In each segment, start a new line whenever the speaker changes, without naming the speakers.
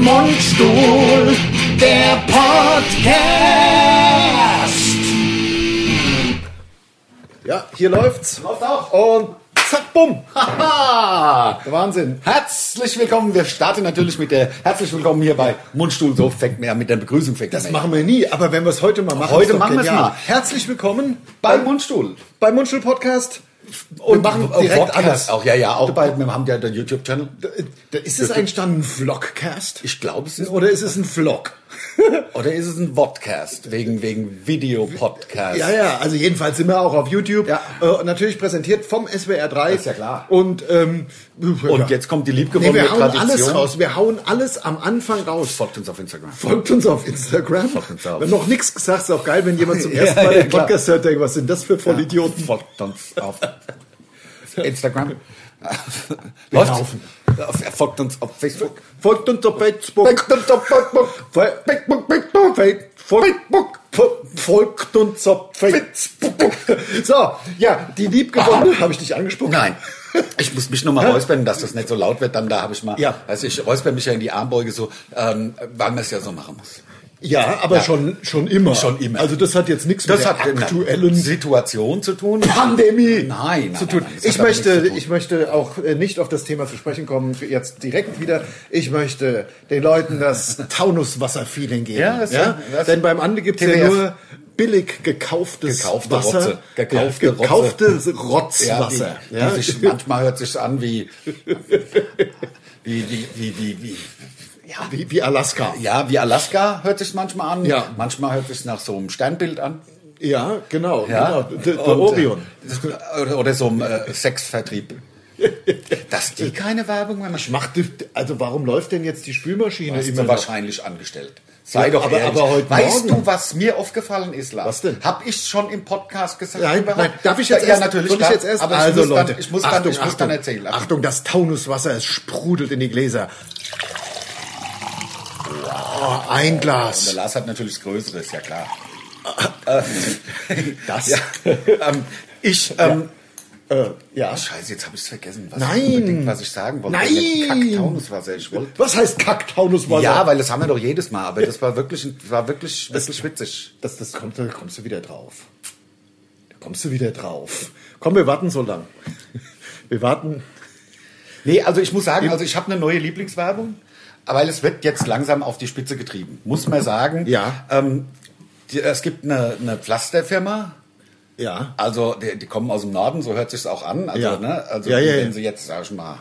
Mundstuhl, der Podcast.
Ja, hier läuft's.
Läuft auch. Oh.
Und zack, bumm.
Haha.
Wahnsinn.
Herzlich willkommen. Wir starten natürlich mit der herzlich willkommen hier bei Mundstuhl. So fängt man ja mit der Begrüßung fängt
Das
man ja.
machen wir nie, aber wenn wir es heute mal machen,
Heute
ist doch
machen wir's
genial.
mal.
Herzlich willkommen
beim Mundstuhl.
beim Mundschul Podcast.
Wir machen auch
direkt
Podcast
alles.
Auch ja, ja, auch bei wir haben ja den YouTube Channel.
Da- Ist es eigentlich dann ein Vlogcast?
Ich glaube, es ist
Oder ist es ein Vlog?
oder ist es ein Vodcast wegen wegen Video Podcast.
Ja, ja, also jedenfalls sind wir auch auf YouTube.
Ja.
Äh, natürlich präsentiert vom SWR 3.
Ist ja klar.
Und, ähm, ja.
Und jetzt kommt die
nee,
liebgewonnene
wir hauen
Tradition.
alles raus. Wir hauen alles am Anfang raus.
Folgt uns auf Instagram.
Folgt uns auf Instagram.
Folgt uns auf.
Wenn noch nichts gesagt, ist auch geil, wenn jemand zum
Ja,
ersten Mal
ja,
den
klar.
Podcast hört, denkt, was sind das für Vollidioten?
Folgt uns auf Instagram. Wir
laufen.
Folgt uns auf Facebook.
Folgt uns auf Facebook.
uns auf Facebook.
Fe- Facebook, Facebook, Fe- Facebook. Fo- Folgt uns auf Facebook. So, ja, die liebgewonnene, habe ich dich angesprochen?
Ah. Nein. Ich muss mich nochmal räuspern, dass das nicht so laut wird. Dann da habe ich mal,
Ja.
also ich räusper mich ja in die Armbeuge so, ähm, weil man es ja so machen muss.
Ja, aber
Ja.
Schon, schon immer.
Schon immer.
Also das hat jetzt nichts mit der
mit der
aktuellen
Situation zu tun.
Pandemie
Nein, nein,
zu
nein,
tun.
nein, das hat damit
ich
nichts
möchte,
zu tun.
ich möchte auch äh, nicht auf das Thema zu sprechen kommen. für Jetzt direkt wieder. Ich möchte den Leuten das Taunuswasser-Feeling geben.
Ja, das- das-
denn beim Ande gibt's ja
TWF.
nur billig gekauftes
Gekaufte
Wasser.
Rotze. Gekaufte
ja,
Rotze.
gekauftes Rotzwasser.
Ja, die, Die sich, manchmal hört sich an wie, wie, wie, wie, wie, wie
ja, wie, wie Alaska.
Ja, wie Alaska hört sich manchmal an.
Ja.
Manchmal hört sich nach so einem Sternbild an.
Ja, genau. genau. Der, der
Und,
Orion.
Äh, das- oder, oder so einem äh, Sexvertrieb. Dass die keine Werbung mehr machen.
Macht, also warum läuft denn jetzt die Spülmaschine
Hast
immer
du
noch?
wahrscheinlich angestellt. Sei
Ja,
doch
aber-
ehrlich.
aber heute
weißt
Morgen-
du, was mir aufgefallen ist, Lars?
Was denn?
Hab ich schon im Podcast gesagt?
Nein,
überhaupt?
nein, darf ich jetzt
ja,
erst?
Ja, natürlich.
Soll ich
klar.
jetzt erst?
Aber
also
ich muss
Leute,
dann, ich muss, dann,
Achtung,
ich muss
Achtung,
dann erzählen. Aber
Achtung, das Taunuswasser, es sprudelt in die Gläser. Wow, Oh, ein
Der
Glas.
Lars hat natürlich das Größere, ist ja klar.
Das?
Ja. ähm, ich, ähm,
Äh, ja.
Scheiße, jetzt habe ich es vergessen. Was
Nein.
Ich unbedingt, was ich sagen wollte.
Nein.
Der Kack-Taunuswasser. Ich wollte.
Was heißt Kack-Taunuswasser?
Ja, weil das haben wir doch jedes Mal. Aber das war wirklich, war wirklich, wirklich witzig.
das, das kommt, da kommst du wieder drauf. Da kommst du wieder drauf. Komm, wir warten so lang. Wir warten.
Nee, also ich muss sagen, also ich habe eine neue Lieblingswerbung, weil es wird jetzt langsam auf die Spitze getrieben. Muss man sagen.
Ja.
Ähm, die, es gibt eine, eine Pflasterfirma.
Ja.
Also die, die kommen aus dem Norden, so hört sich's auch an. Also,
Ja.
ne, also
Ja, ja,
wenn
ja.
sie jetzt, sag ich mal,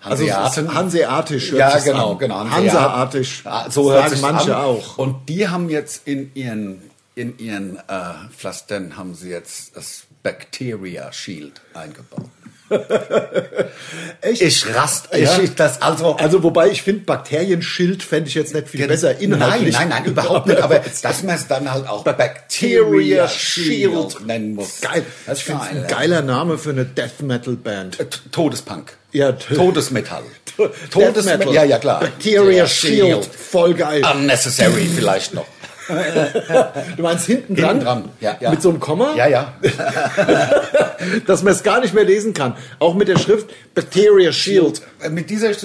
Also es
Hanseaten-
ist hanseatisch hört
ja,
sich's
genau,
an.
genau.
Hanseatisch.
Ja, so
sagen
hört sich
manche
an.
auch.
Und die haben jetzt in ihren in ihren äh, Pflastern haben sie jetzt das Bacteria Shield eingebaut.
Echt?
Ich rast, ich,
Ja.
ich das also
Also wobei ich finde, Bakterienschild fände ich jetzt nicht viel besser
Nein,
inhaltlich.
nein, nein, überhaupt nicht. Aber dass man es dann halt auch Bacteria Shield nennen muss.
Geil.
das
ich
ist
finde es
geil.
ein geiler Name für eine Death Metal Band.
T- Todespunk.
Ja, t-
Todesmetall.
Death Metal.
Ja, ja, klar.
Bacteria Shield. Voll geil.
Ah. Unnecessary vielleicht noch.
Du meinst hinten dran?
Hinten dran, ja, ja.
Mit so einem Komma?
Ja, ja.
Dass man es gar nicht mehr lesen kann. Auch mit der Schrift Bacteria Shield.
Mit dieser, äh,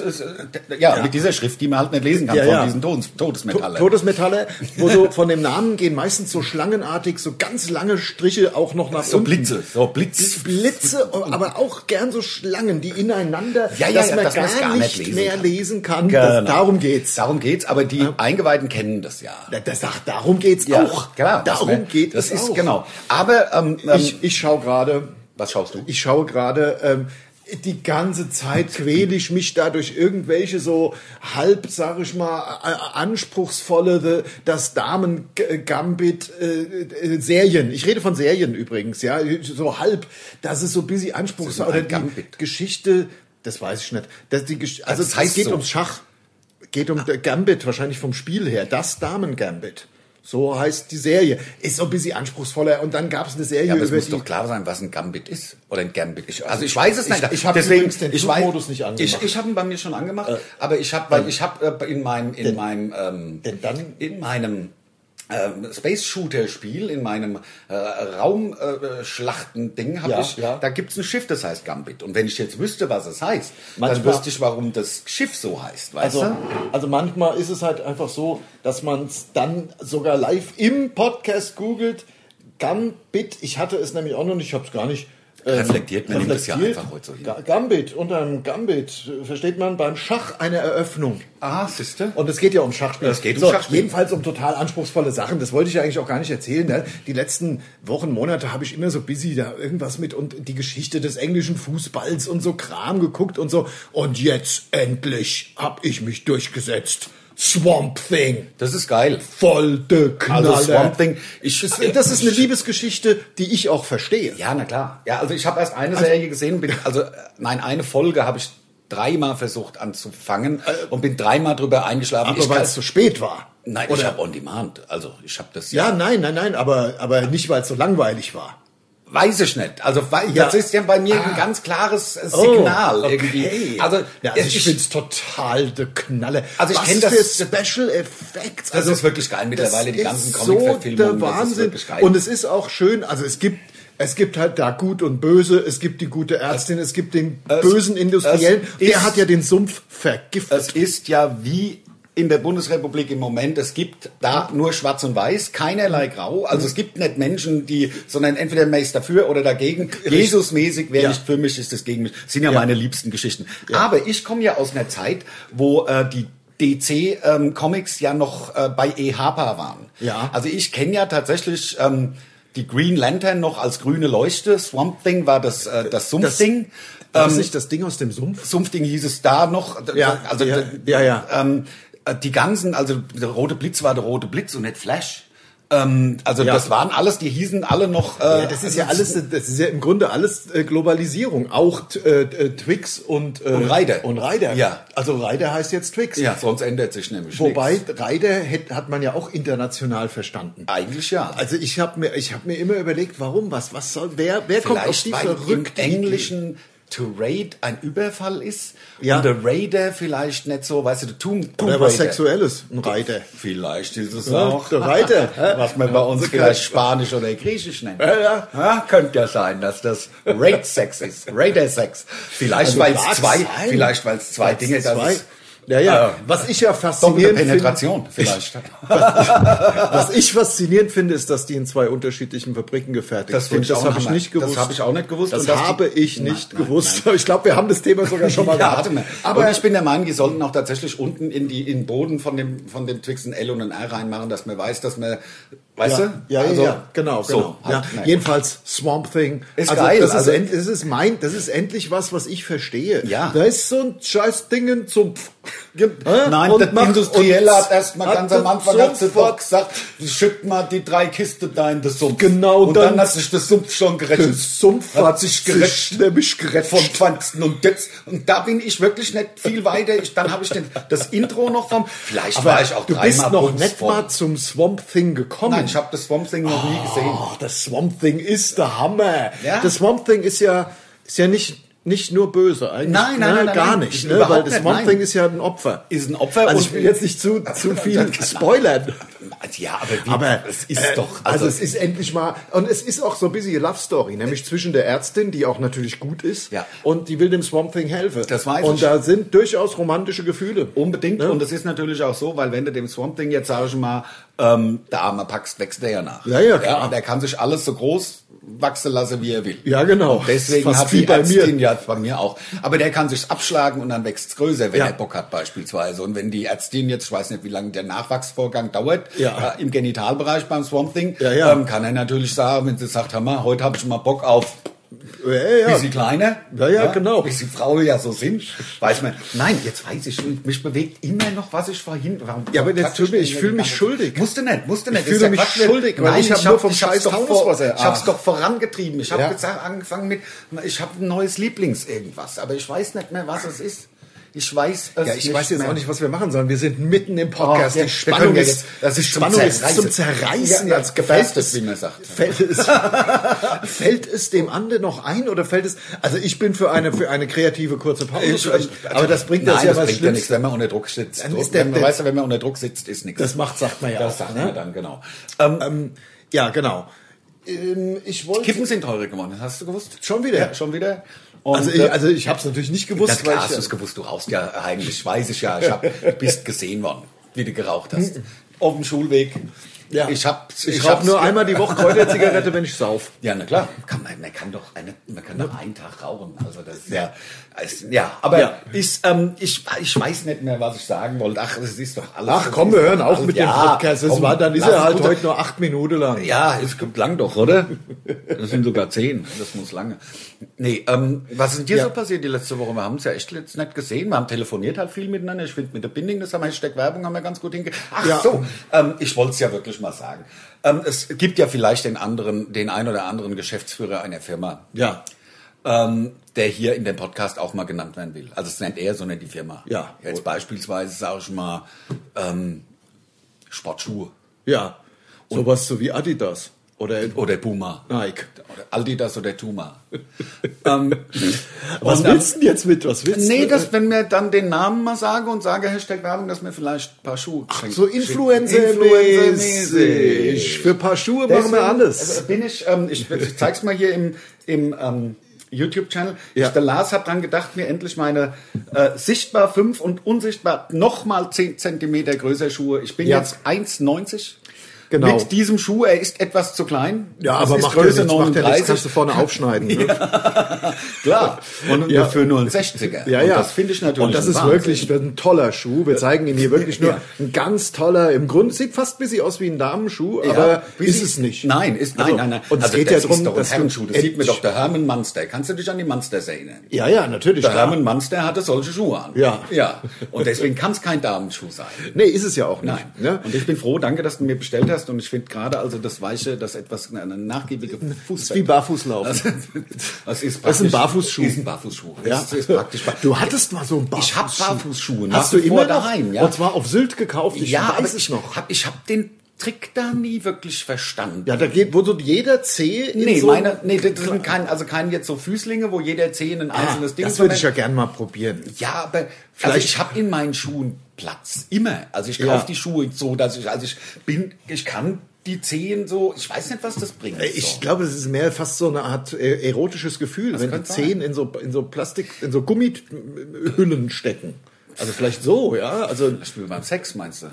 ja, mit dieser Schrift, die man halt nicht lesen kann
Ja,
von
ja.
diesen Todes Todesmetallen.
Todesmetalle, wo so von dem Namen gehen meistens so schlangenartig, so ganz lange Striche auch noch nach
so
unten.
Blitze, so Blitz.
Blitze, aber auch gern so Schlangen, die ineinander,
Ja, ja,
dass
ja,
man
dass
gar,
man's gar nicht
nicht
lesen
mehr
kann.
lesen kann.
Genau.
Das, darum geht's.
Darum geht's, aber die Eingeweihten kennen das ja.
Da- Das, ach, darum geht's
Ja,
auch.
klar. das wär-
darum geht
das
es
ist,
auch.
Genau. Aber, ähm, ähm,
Ich, ich schaue gerade,
was schaust du?
ich schaue gerade, ähm, die ganze Zeit quäle ich mich da durch irgendwelche so halb, sag ich mal, a- anspruchsvolle The- das äh, Damen-Gambit-Serien. Ich rede von äh, Serien übrigens, ja, so halb, das ist so ein bisschen anspruchsvoll.
Das ist
Oder
ein
die
Gambit.
Geschichte, das weiß ich nicht. Das die, Gesch- also
das heißt
es geht
so. Ah.
ums Schach, geht um Gambit, wahrscheinlich vom Spiel her, das Damen-Gambit. So heißt die Serie. Ist so ein bisschen anspruchsvoller. Und dann gab es eine Serie
Ja, aber es
über
muss
die...
doch klar sein, was ein Gambit ist. Oder ein Gambit. Ich, also ich weiß es
ich-
nicht.
ich hab
Deswegen-
übrigens den
ich weiß-
Flugmodus nicht angemacht.
Ich, ich habe ihn bei mir schon äh, angemacht, aber ich habe, weil ich habe äh, in meinem, in meinem, ähm,
denn dann-
in meinem ähm, Space Shooter Spiel in meinem äh, Raumschlachten Ding habe
Ja,
ich
ja.
da gibt's ein Schiff das heißt Gambit und wenn ich jetzt wüsste was es heißt dann
Manchmal-
wüsste ich warum das Schiff so heißt weißt
Also,
du
also manchmal ist es halt einfach so, dass man es dann sogar live im Podcast googelt. Gambit, ich hatte es nämlich auch noch nicht, ich habe es gar nicht. ähm,
Reflektiert, man nimmt es ja einfach heute so hin.
Ga- Gambit, unter einem Gambit äh, versteht man beim Schach eine Eröffnung.
ah siehste
Und es geht ja um Schachspiele.
Es geht um
so,
Schachspiele.
Jedenfalls um total anspruchsvolle Sachen. Das wollte ich ja eigentlich auch gar nicht erzählen. Ne? Die letzten Wochen, Monate habe ich immer so busy da irgendwas mit und die Geschichte des englischen Fußballs und so Kram geguckt und so. Und jetzt endlich habe ich mich durchgesetzt. Swamp Thing.
das ist geil
Voll de Knaller.
also Swamp Thing ich
Das ist eine Liebesgeschichte, die ich auch verstehe.
Ja, na klar. Ja, also ich habe erst eine Serie gesehen, bin, also äh, nein, eine Folge habe ich dreimal versucht anzufangen und bin dreimal drüber eingeschlafen.
Äh, Aber
ich
weil
kann-
es zu spät war.
nein, ich
Oder-
habe On Demand. Also ich habe das
Ja, nein, nein, nein, aber, aber nicht, weil es so langweilig war.
Weiß ich nicht. Also weil,
Ja.
das ist ja bei mir
Ah.
ein ganz klares äh,
Oh,
Signal
okay.
irgendwie. Also,
ja, also ich,
ich-
find's total de Knalle.
Also ich
Was
kenn das-
für Special Effects. Also
Das ist wirklich geil mittlerweile, die ganzen Comic-Verfilmungen,
So der
das ist
Wahnsinn.
wirklich geil.
Und es ist auch schön. Also es gibt es gibt halt da gut und böse. Es gibt die gute Ärztin. Es gibt den bösen Industriellen.
es ist-
Der hat ja den Sumpf vergiftet.
es ist ja wie in der Bundesrepublik im Moment, es gibt da nur schwarz und weiß, keinerlei grau. Also es gibt nicht Menschen, die, sondern entweder man ist dafür oder dagegen. Jesus-mäßig, wer
Ja.
nicht für mich ist, ist gegen mich. Das sind ja,
Ja.
meine liebsten Geschichten. Aber ich komme ja aus einer Zeit, wo äh, die DC ähm, Comics ja noch äh, bei E. Harper waren.
Ja.
Also ich kenne ja tatsächlich ähm, die Green Lantern noch als grüne Leuchte. Swamp Thing war das äh, das Sumpfding.
War das nicht das Ding aus dem Sumpf?
Sumpfding hieß es da noch.
Ja,
also
ja,
d-
ja, ja.
Ähm, äh, die ganzen, also der rote Blitz war der rote Blitz und nicht Flash. Ähm, also
Ja.
das waren alles, die hießen alle noch. Äh,
Ja, das ist ja alles, das ist ja im Grunde alles äh, Globalisierung. Auch äh, äh, Twix und, äh,
Und Raider.
Und Ryder.
Ja.
Also Ryder heißt jetzt Twix.
Ja, sonst ändert sich nämlich
Wobei
nichts.
Ryder hätt- hat man ja auch international verstanden.
eigentlich ja.
Also ich habe mir, ich habe mir immer überlegt, warum, was, was soll, wer, wer kommt auf die
Vielleicht weil im
verrückte Idee?
Englischen to raid ein Überfall ist
Ja.
und der Raider vielleicht nicht so, weißt du, der Tomb, Tomb
oder was
Raider.
Sexuelles, ein Reiter.
Vielleicht ist es
Ja,
auch
der Reiter, hä?
was man bei uns
So
vielleicht
geil.
Spanisch oder Griechisch nennt.
Ja, ja.
könnte ja sein, dass das Raid Sex ist, Raider Sex. Vielleicht
Also
weil
mag
es zwei,
sein.
vielleicht weil es zwei
Weil's
Dinge, das
zwei-
ist
ja, ja.
äh,
was ich ja
doppelte
faszinierend
Penetration vielleicht.
Finde, was ich faszinierend finde, ist, dass die in zwei unterschiedlichen Fabriken gefertigt
Das finde ich
wurden.
auch
das habe
ein
ich
Hammer.
nicht gewusst.
Das habe ich auch nicht gewusst.
Das
Und dass die-
habe ich
Nein,
nicht
nein,
gewusst. Ich glaube, wir haben das Thema sogar schon mal
Ja,
gehabt.
warte mal. ne? Aber
Aber
und ich bin der Meinung, die sollten auch tatsächlich unten in die in den Boden von dem von dem Twix ein L und ein R reinmachen, dass man weiß, dass man, weißt
ja,
du?
Ja,
Also,
ja, ja, genau,
so,
genau.
halt,
ja.
naja.
Jedenfalls Swamp Thing.
Ist geil,
Das ist,
also-
end, das ist mein, das ist endlich was, was ich verstehe.
Ja.
Da ist so ein scheiß Ding in Zumpf.
Nein,
Und
der
macht-
Industrielle
und
hat erst mal
hat
ganz am
den
Anfang hat sie
Sumpf
doch gesagt, schütt mal die drei Kisten da in den Sumpf.
Genau,
Und dann,
dann-
hat sich der Sumpf schon
Der
gerechnet.
Sumpf
hat sich gerechnet
nämlich gerettet.
von Pflanzen und jetzt und da bin ich wirklich nicht viel weiter. Ich, dann habe ich den, das Intro noch vom. Vielleicht war ich auch
du bist
dreimal
noch
bumsvoll.
nicht mal zum Swamp Thing gekommen.
Nein, ich habe das Swamp Thing noch nie gesehen.
Oh, das Swamp Thing ist der Hammer.
Ja.
Das Swamp Thing ist ja, ist ja nicht, nicht nur böse eigentlich.
Nein, nein,
Ne,
nein, nein,
gar
nein.
nicht.
Ist
Ne?
überhaupt
Weil das
nicht,
Swamp
nein.
Thing ist ja ein Opfer.
Ist ein Opfer
Also
und-
ich will jetzt nicht zu, zu viel spoilern.
Ja, aber, wie,
Aber
es äh, ist doch.
Also, es ist endlich mal. Und es ist auch so ein bisschen Love Story, nämlich zwischen der Ärztin, die auch natürlich gut ist,
Ja.
und die will dem Swamp Thing helfen.
Das weiß
Und
ich.
da sind durchaus romantische Gefühle. Ne?
Unbedingt. Und es ist natürlich auch so, weil wenn du dem Swamp Thing jetzt, sag ich mal, ähm, der Arme packst, wächst der ja nach.
Ja, ja, klar.
und er kann sich alles so groß wachsen lassen, wie er will.
Ja, genau.
Und deswegen
Fast
hat
wie
die
bei
Ärztin,
mir.
ja, bei mir auch. Aber der kann sich abschlagen und dann wächst es größer, wenn
Ja.
er Bock hat beispielsweise. Und wenn die Ärztin jetzt, ich weiß nicht, wie lange der Nachwachsvorgang dauert,
Ja.
äh, im Genitalbereich beim Swamp Thing,
Ja, ja.
Ähm, kann er natürlich sagen, wenn sie sagt, hör mal, heute habe ich mal Bock auf
Ja, ja.
bisschen kleiner.
Ja, ja, genau.
Wie sie Frauen ja so sind. Weiß man. Nein, jetzt weiß ich, schon, mich bewegt immer noch, was ich vorhin. Warum,
Ja, aber jetzt
Quatsch ich
tut mir-
denn
ich
hier
fühl
die
mich
ganze-
schuldig.
Musste nicht, musste nicht.
Ich fühle
Ist ja
mich
Quatsch, wenn-
schuldig, weil
Nein,
ich hab
hab-
nur vom
ich hab's
scheiß
doch vor-
Taunuswasser-
Ich hab's
Ah.
doch vorangetrieben. Ich habe
Ja.
gesagt, angefangen mit, ich habe ein neues Lieblings irgendwas, aber ich weiß nicht mehr, was es ist. Ich weiß es
Ja, ich weiß jetzt
mehr.
auch nicht, was wir machen sollen. Wir sind mitten im Podcast.
Oh, ja, wir
die Spannung
können ja
ist,
jetzt- das
die
ist zum
Spannung ist
Zerreißen.
zum Zerreißen.
Ja, ja,
als gefällt
gefestigt,
es,
wie man sagt.
Fällt es, fällt es dem anderen noch ein oder fällt es, also ich bin für eine, für eine kreative kurze Pause. Ähm,
Ich-
aber das bringt
Nein,
das ja
das bringt
was
ja nichts,
Schlimmstes.
wenn man unter Druck sitzt.
Dann ist der-
wenn man,
der-
weißt du, wenn man unter Druck sitzt, ist nichts.
Das macht, sagt man ja
Das
auch.
sagt
ne?
man dann, genau.
Ähm, ja, genau. Ähm, ich wollte
Kippen sind teurer geworden, hast du gewusst?
schon wieder.
Ja, schon wieder. Und,
also
äh,
ich, also ich habe es natürlich nicht gewusst,
na
weil
klar
ich,
hast du es gewusst, du rauchst ja heimlich, weiß ich ja. Ich hab, du bist gesehen worden, wie du geraucht hast. Auf dem Schulweg.
ja,
Ich hab's,
ich, rauche
hab's
nur
ge-
einmal die Woche Kräuterzigarette, wenn ich sauf.
Ja, na klar. Kann man, man kann doch eine, man kann doch einen Tag rauchen. Also das ist ja, es- ja. Aber
Ja.
Ist, ähm, ich, ich weiß nicht mehr, was ich sagen wollte. Ach, das ist doch alles.
Ach
das
komm,
ist
wir
doch
hören auf
alles-
mit
Ja,
dem Podcast. Das
komm,
war, dann ist
lass
er halt
gut.
heute nur acht Minuten lang.
Ja, es gibt lang doch, oder? Das sind sogar zehn. Das muss lange. Nee, ähm, was ist denn dir
Ja.
so passiert die letzte Woche? Wir haben es ja echt jetzt nicht gesehen. Wir haben telefoniert halt viel miteinander. Ich finde, mit der Binding, das haben wir Hashtag Werbung, haben wir ganz gut hinge... Ach
Ja.
so, ähm, ich wollte es ja wirklich mal sagen. Ähm, es gibt ja vielleicht den anderen, den ein oder anderen Geschäftsführer einer Firma,
Ja.
ähm, der hier in dem Podcast auch mal genannt werden will. Also es nennt er, sondern die Firma.
Ja.
Jetzt beispielsweise sage ich mal ähm, Sportschuhe
Ja. Sowas so wie Adidas oder
oder Puma.
Nike.
Oder Aldidas oder Tuma. ähm,
Was
und am-
willst du denn jetzt mit? Was willst
Nee,
du?
dass wenn mir dann den Namen mal sage und sage Hashtag Werbung, dass mir vielleicht ein paar Schuhe schenken.
so influencermäßig.
Influencer-mäßig.
Für ein paar Schuhe machen wir alles.
Also bin ich, ähm, ich, ich zeig's mal hier im, im ähm, YouTube-Channel.
Ja.
Ich, der Lars, hab dran gedacht, mir endlich meine äh, sichtbar 5 und unsichtbar nochmal 10 Zentimeter größer Schuhe. Ich bin
Ja.
jetzt 1,90.
Genau.
Mit diesem Schuh, er ist etwas zu klein.
Ja,
Es
aber
ist
macht ja nichts, macht ja nichts,
39.
kannst du vorne aufschneiden. Ne?
Klar. Und
Ja.
dafür nur ein 60er.
Ja,
und
ja.
Das finde ich natürlich.
Und das
ein
ist
Wahnsinn.
wirklich ein toller Schuh. Wir zeigen ihn hier wirklich nur
Ja.
ein ganz toller. Im Grunde sieht fast ein bisschen aus wie ein Damenschuh,
Ja.
aber
Bis
ist
ich-
es nicht.
Nein, ist, nein,
Also,
nein, nein.
Und es geht ja
das
darum,
ist doch ein
dass
Herrenschuh.
du,
Das sieht mir doch der Hermann Munster. Kannst du dich an die Munsters erinnern?
Ja, ja, natürlich.
Der
klar.
Hermann Munster hatte solche Schuhe an.
Ja.
Ja. Und deswegen kann es kein Damenschuh sein.
Nee, ist es ja auch nicht.
Nein.
Ne?
Und ich bin froh, danke, dass du mir bestellt hast. Und ich finde gerade also das weiche, das etwas äh, eine nachgiebige
Ist wie
Fußwelt.
Barfußlaufen.
Das, das ist,
Das ist
praktisch-
ein Barfußschuh.
Ist ein Barfußschuh.
Ja.
Das ist praktisch.
Du hattest mal so einen Barfußschuh.
Ich hab Barfußschuhe, nach
Hast du
wie vor
immer
daheim,
noch?
ja.
Und zwar auf Sylt gekauft. Ich
ja, aber
weiß es
ich
noch.
Hab, ich habe den Trick da nie wirklich verstanden.
Ja, da geht, wo so jeder Zeh in
Nee,
so
meine, nee, das sind kein, also kein jetzt so Füßlinge, wo jeder Zehen ein einzelnes Ding
Ah, also Das
sondern-
würde ich ja gern mal probieren.
Ja, aber also
Vielleicht-
ich habe in meinen Schuhen Platz immer. Also ich kaufe
Ja.
die Schuhe so, dass ich also ich bin, ich kann die Zehen so, ich weiß nicht, was das bringt.
Äh, Ich
so.
glaube, das ist mehr fast so eine Art äh, erotisches Gefühl, wenn die
könnte
Zehen in so, in so Plastik, in so Gummihüllen stecken. Also vielleicht so, ja. Also
Ich spiele beim Sex, meinst du?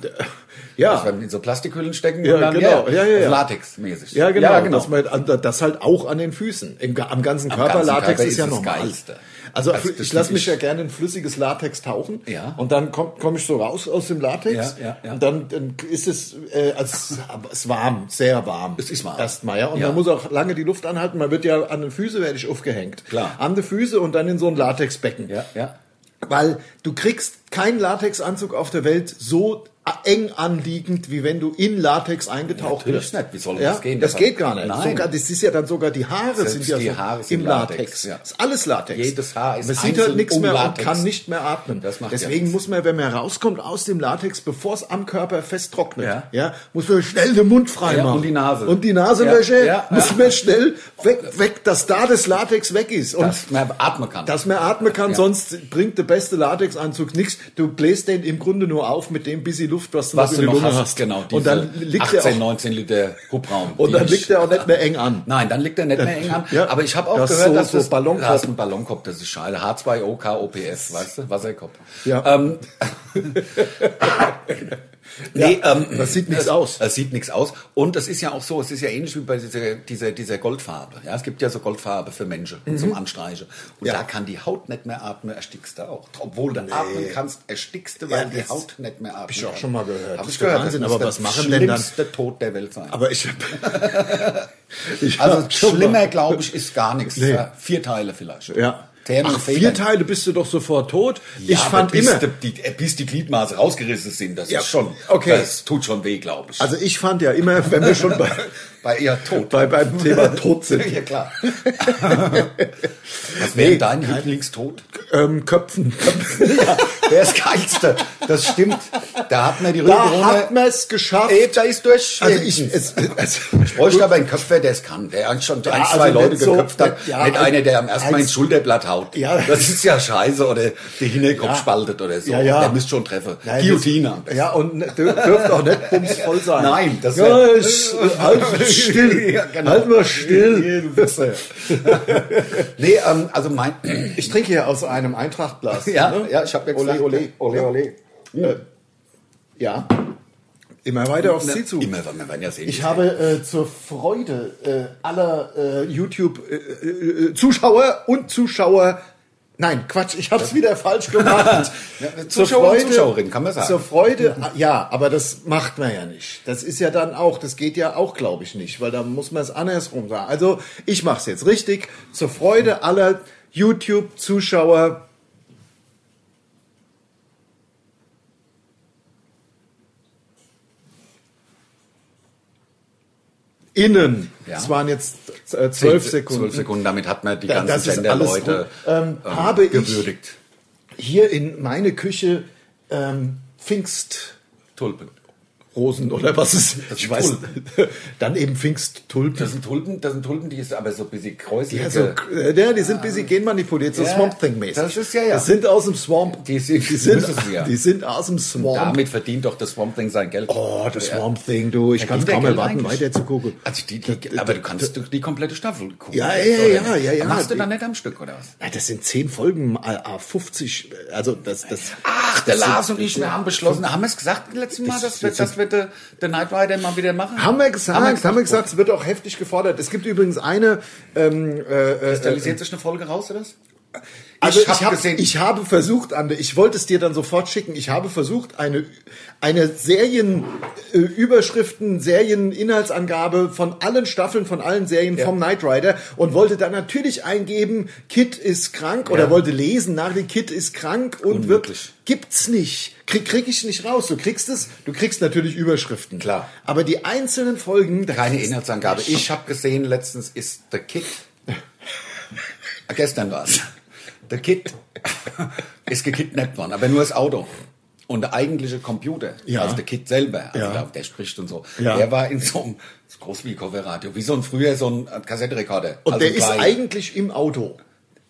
ja.
Dass wir in so Plastikhüllen stecken
Ja,
und dann
genau. Ja, ja, ja.
also Latex-mäßig.
Ja, genau.
Ja,
Dass man an- das halt auch an den Füßen. Im, ga- am ganzen Körper
ganzen
Latex
Körper
ist
ist
ja
das
normal.
Geilste.
Also
Also das
ich lasse
find
mich
ich-
ja gerne in flüssiges Latex tauchen
Ja.
und dann komme komm ich so raus aus dem Latex
Ja, ja, ja.
und dann, dann ist es, äh, es ist warm, sehr warm.
Es ist warm.
Erstmal, ja. Und
Ja.
man muss auch lange die Luft anhalten. Man wird ja an den Füßen werde ich aufgehängt.
Klar.
An die Füße und dann in so ein Latexbecken.
Ja, ja.
Weil du kriegst keinen Latexanzug auf der Welt so eng anliegend, wie wenn du in Latex eingetaucht
Natürlich
bist.
nicht. Wie soll
ja?
das gehen?
Das
Das
geht gar nicht.
Nein.
Sogar, das ist ja dann sogar die Haare
Selbst
sind ja
die
so
Haare sind
im Latex.
Latex, ja.
Ist alles Latex.
Jedes Haar ist
Man sieht halt
einzeln
nichts
um
mehr
Latex.
und kann nicht mehr atmen.
Das macht ja
Deswegen
nichts.
muss man, wenn man rauskommt aus dem Latex, bevor es am Körper fest trocknet,
Ja.
muss man schnell den Mund frei
Ja,
machen.
und die Nase.
Und die Nasenwäsche
Ja, ja,
muss
ja.
man schnell weg, weg, dass da das Latex weg ist. Und
Dass man atmen kann.
dass man atmen kann, sonst bringt der beste Latexanzug nichts. Du bläst den im Grunde nur auf mit dem bisschen Luft, was du
was
noch
du
in der
noch
Lunge
hast,
hast.
genau. diese
Und dann liegt
18,
er auch,
19 Liter Hubraum.
und
die
dann
ich-
liegt er auch nicht mehr eng an.
Nein, dann liegt er nicht mehr eng an.
Ja.
Aber ich habe auch
Das ist
gehört,
so-
dass
so
das
Ballonkopf.
Das ist ein Ballonkopf, das ist scheiße. H2O KOPS, weißt du? Wasserkopf.
Ja.
Ähm, nee, ähm,
das sieht nichts aus.
Es sieht nichts aus. Und es ist ja auch so, es ist ja ähnlich wie bei dieser, dieser, dieser Goldfarbe. Ja, es gibt ja so Goldfarbe für Menschen zum Anstreichen. Und
Mhm. Ja.
da kann die Haut nicht mehr atmen, erstickst du auch. Obwohl du atmen kannst, erstickst du, weil
Ja,
die
das
Haut nicht mehr atmet. Habe
ich auch schon mal gehört.
Habe
Das
ich
ist der
gehört.
Wahnsinn,
Das
aber
muss
was
der
machen denn dann-
schlimmste Tod der Welt sein.
Aber ich, ich
Also
hab schon
schlimmer,
mal-
glaube ich, ist gar nichts.
Nee.
Ja, vier Teile vielleicht.
Ja.
Thermen,
Ach, vier Teile bist du doch sofort tot. ich fand
bis
immer.
Die, die, bis die Gliedmaße rausgerissen sind, das
Ja,
ist schon,
okay.
das tut schon weh, glaube ich.
Also ich fand ja immer, wenn wir schon bei,
bei ihr tot.
bei beim Thema Tod sind,
ja, klar. Was wäre
Nee,
dein Lieblingstod?
ähm, Köpfen.
ja, der ist geilste. Das stimmt. Da hat mir die
Da
Rührgerunde.
hat man es geschafft.
Ey, da ist durch.
Also ich, es, also,
bräuchte aber einen Köpfer, der es kann, der hat schon ein,
Ja,
zwei
also
Leute
nicht so-
geköpft hat.
ja,
nicht
also
einer, der am ersten Mal
eins-
ins Schulterblatt haut.
Ja.
Das ist ja scheiße. Oder die Hinterkopf
Ja.
spaltet oder so.
Ja, ja.
Der müsst schon treffen.
Nein,
Guillotine
das-
am besten.
Ja, und ne- dür- dürft auch nicht bumsvoll sein.
Nein, das
ja,
wär-
ich, halt still.
Ja, genau.
Halt mal still.
Du Wichser. nee, ähm, also mein...
Ich trinke hier aus einem Eintrachtglas.
Ja,
ne?
ja, ich hab ja
Ole,
gesagt,
ole, ole, ole. Äh, Ja. Ne, Immer weiter aufs Ziel zu.
Immer, ne, wir werden ja sehen.
Ich habe äh, zur Freude äh, aller äh, YouTube-Zuschauer und Zuschauer. Nein, Quatsch, ich habe es wieder falsch gemacht.
Ja, Zuschauer und Zuschauerin, kann man sagen.
Zur Freude, ah, ja, aber das macht man ja nicht. Das ist ja dann auch, das geht ja auch, glaube ich, nicht, weil da muss man es andersrum sagen. Also ich mache es jetzt richtig. Zur Freude aller YouTube-Zuschauer. Innen.
Ja.
Das waren jetzt äh, zwölf
Zehn-
Sekunden.
Zwölf Sekunden, damit hat man die
Da-
ganzen
das ist alles
Senderleute
gut. Ähm, habe ich-
gewürdigt.
Hier in meine Küche ähm, Pfingstrosen
Tulpen.
oder was ist?
Das
ich
sind
weiß. Dann eben Pfingsttulpen.
Das sind Tulpen, das sind Tulpen, die ist aber so ein bisschen kräuselig.
Ja, so, äh, ja, die sind ein bisschen genmanipuliert, so
Ja,
Swamp Thing mäßig.
das ist ja, ja.
Das sind aus dem Swamp.
Die sind-
die sind,
müssen sie ja.
die sind aus dem Swamp.
Damit verdient doch das Swamp Thing sein Geld.
Oh, das Swamp Thing, du. Ich kann
geht
kaum
der
erwarten,
eigentlich?
weiter zu gucken.
Also die, die, aber du kannst doch die komplette Staffel gucken.
Ja, ja,
Oder
ja,
nicht?
ja, ja.
Machst du dann nicht am Stück, oder was?
Ja, Das sind zehn Folgen, a 50. Also das, das.
Ach, der Lars und ich, wir haben beschlossen, haben wir es gesagt letzten Mal,
Das-
dass wir, dass wir den de Night Rider mal wieder machen?
Haben wir gesagt, haben wir gesagt, es wird auch heftig gefordert. Es gibt übrigens eine, ähm, äh, äh,
Kristallisiert sich eine Folge raus, oder was?
Also ich,
hab
hab ich habe versucht, Ande, ich wollte es dir dann sofort schicken. Ich habe versucht, eine, eine Serienüberschriften, Serieninhaltsangabe von allen Staffeln, von allen Serien vom Knight Rider und wollte dann natürlich eingeben, Kid ist krank oder wollte lesen nach dem Kid ist krank und
Unmöglich.
wird gibt's nicht. Krieg, krieg ich nicht raus. Du kriegst es, du kriegst natürlich Überschriften.
Klar.
Aber die einzelnen Folgen, da
Keine
kriegst-
Inhaltsangabe. Ich habe gesehen, letztens ist The Kid. Ah, Gestern war es. The Kid ist gekidnappt worden, aber nur das Auto. Und der eigentliche Computer,
Ja.
also der Kid selber, also
Ja.
der, der spricht und so,
Ja.
der war in so einem so groß wie Coverradio, wie so ein früher so ein Kassettenrekorder.
Und
Also
der
ein
ist
kleiner.
eigentlich im Auto.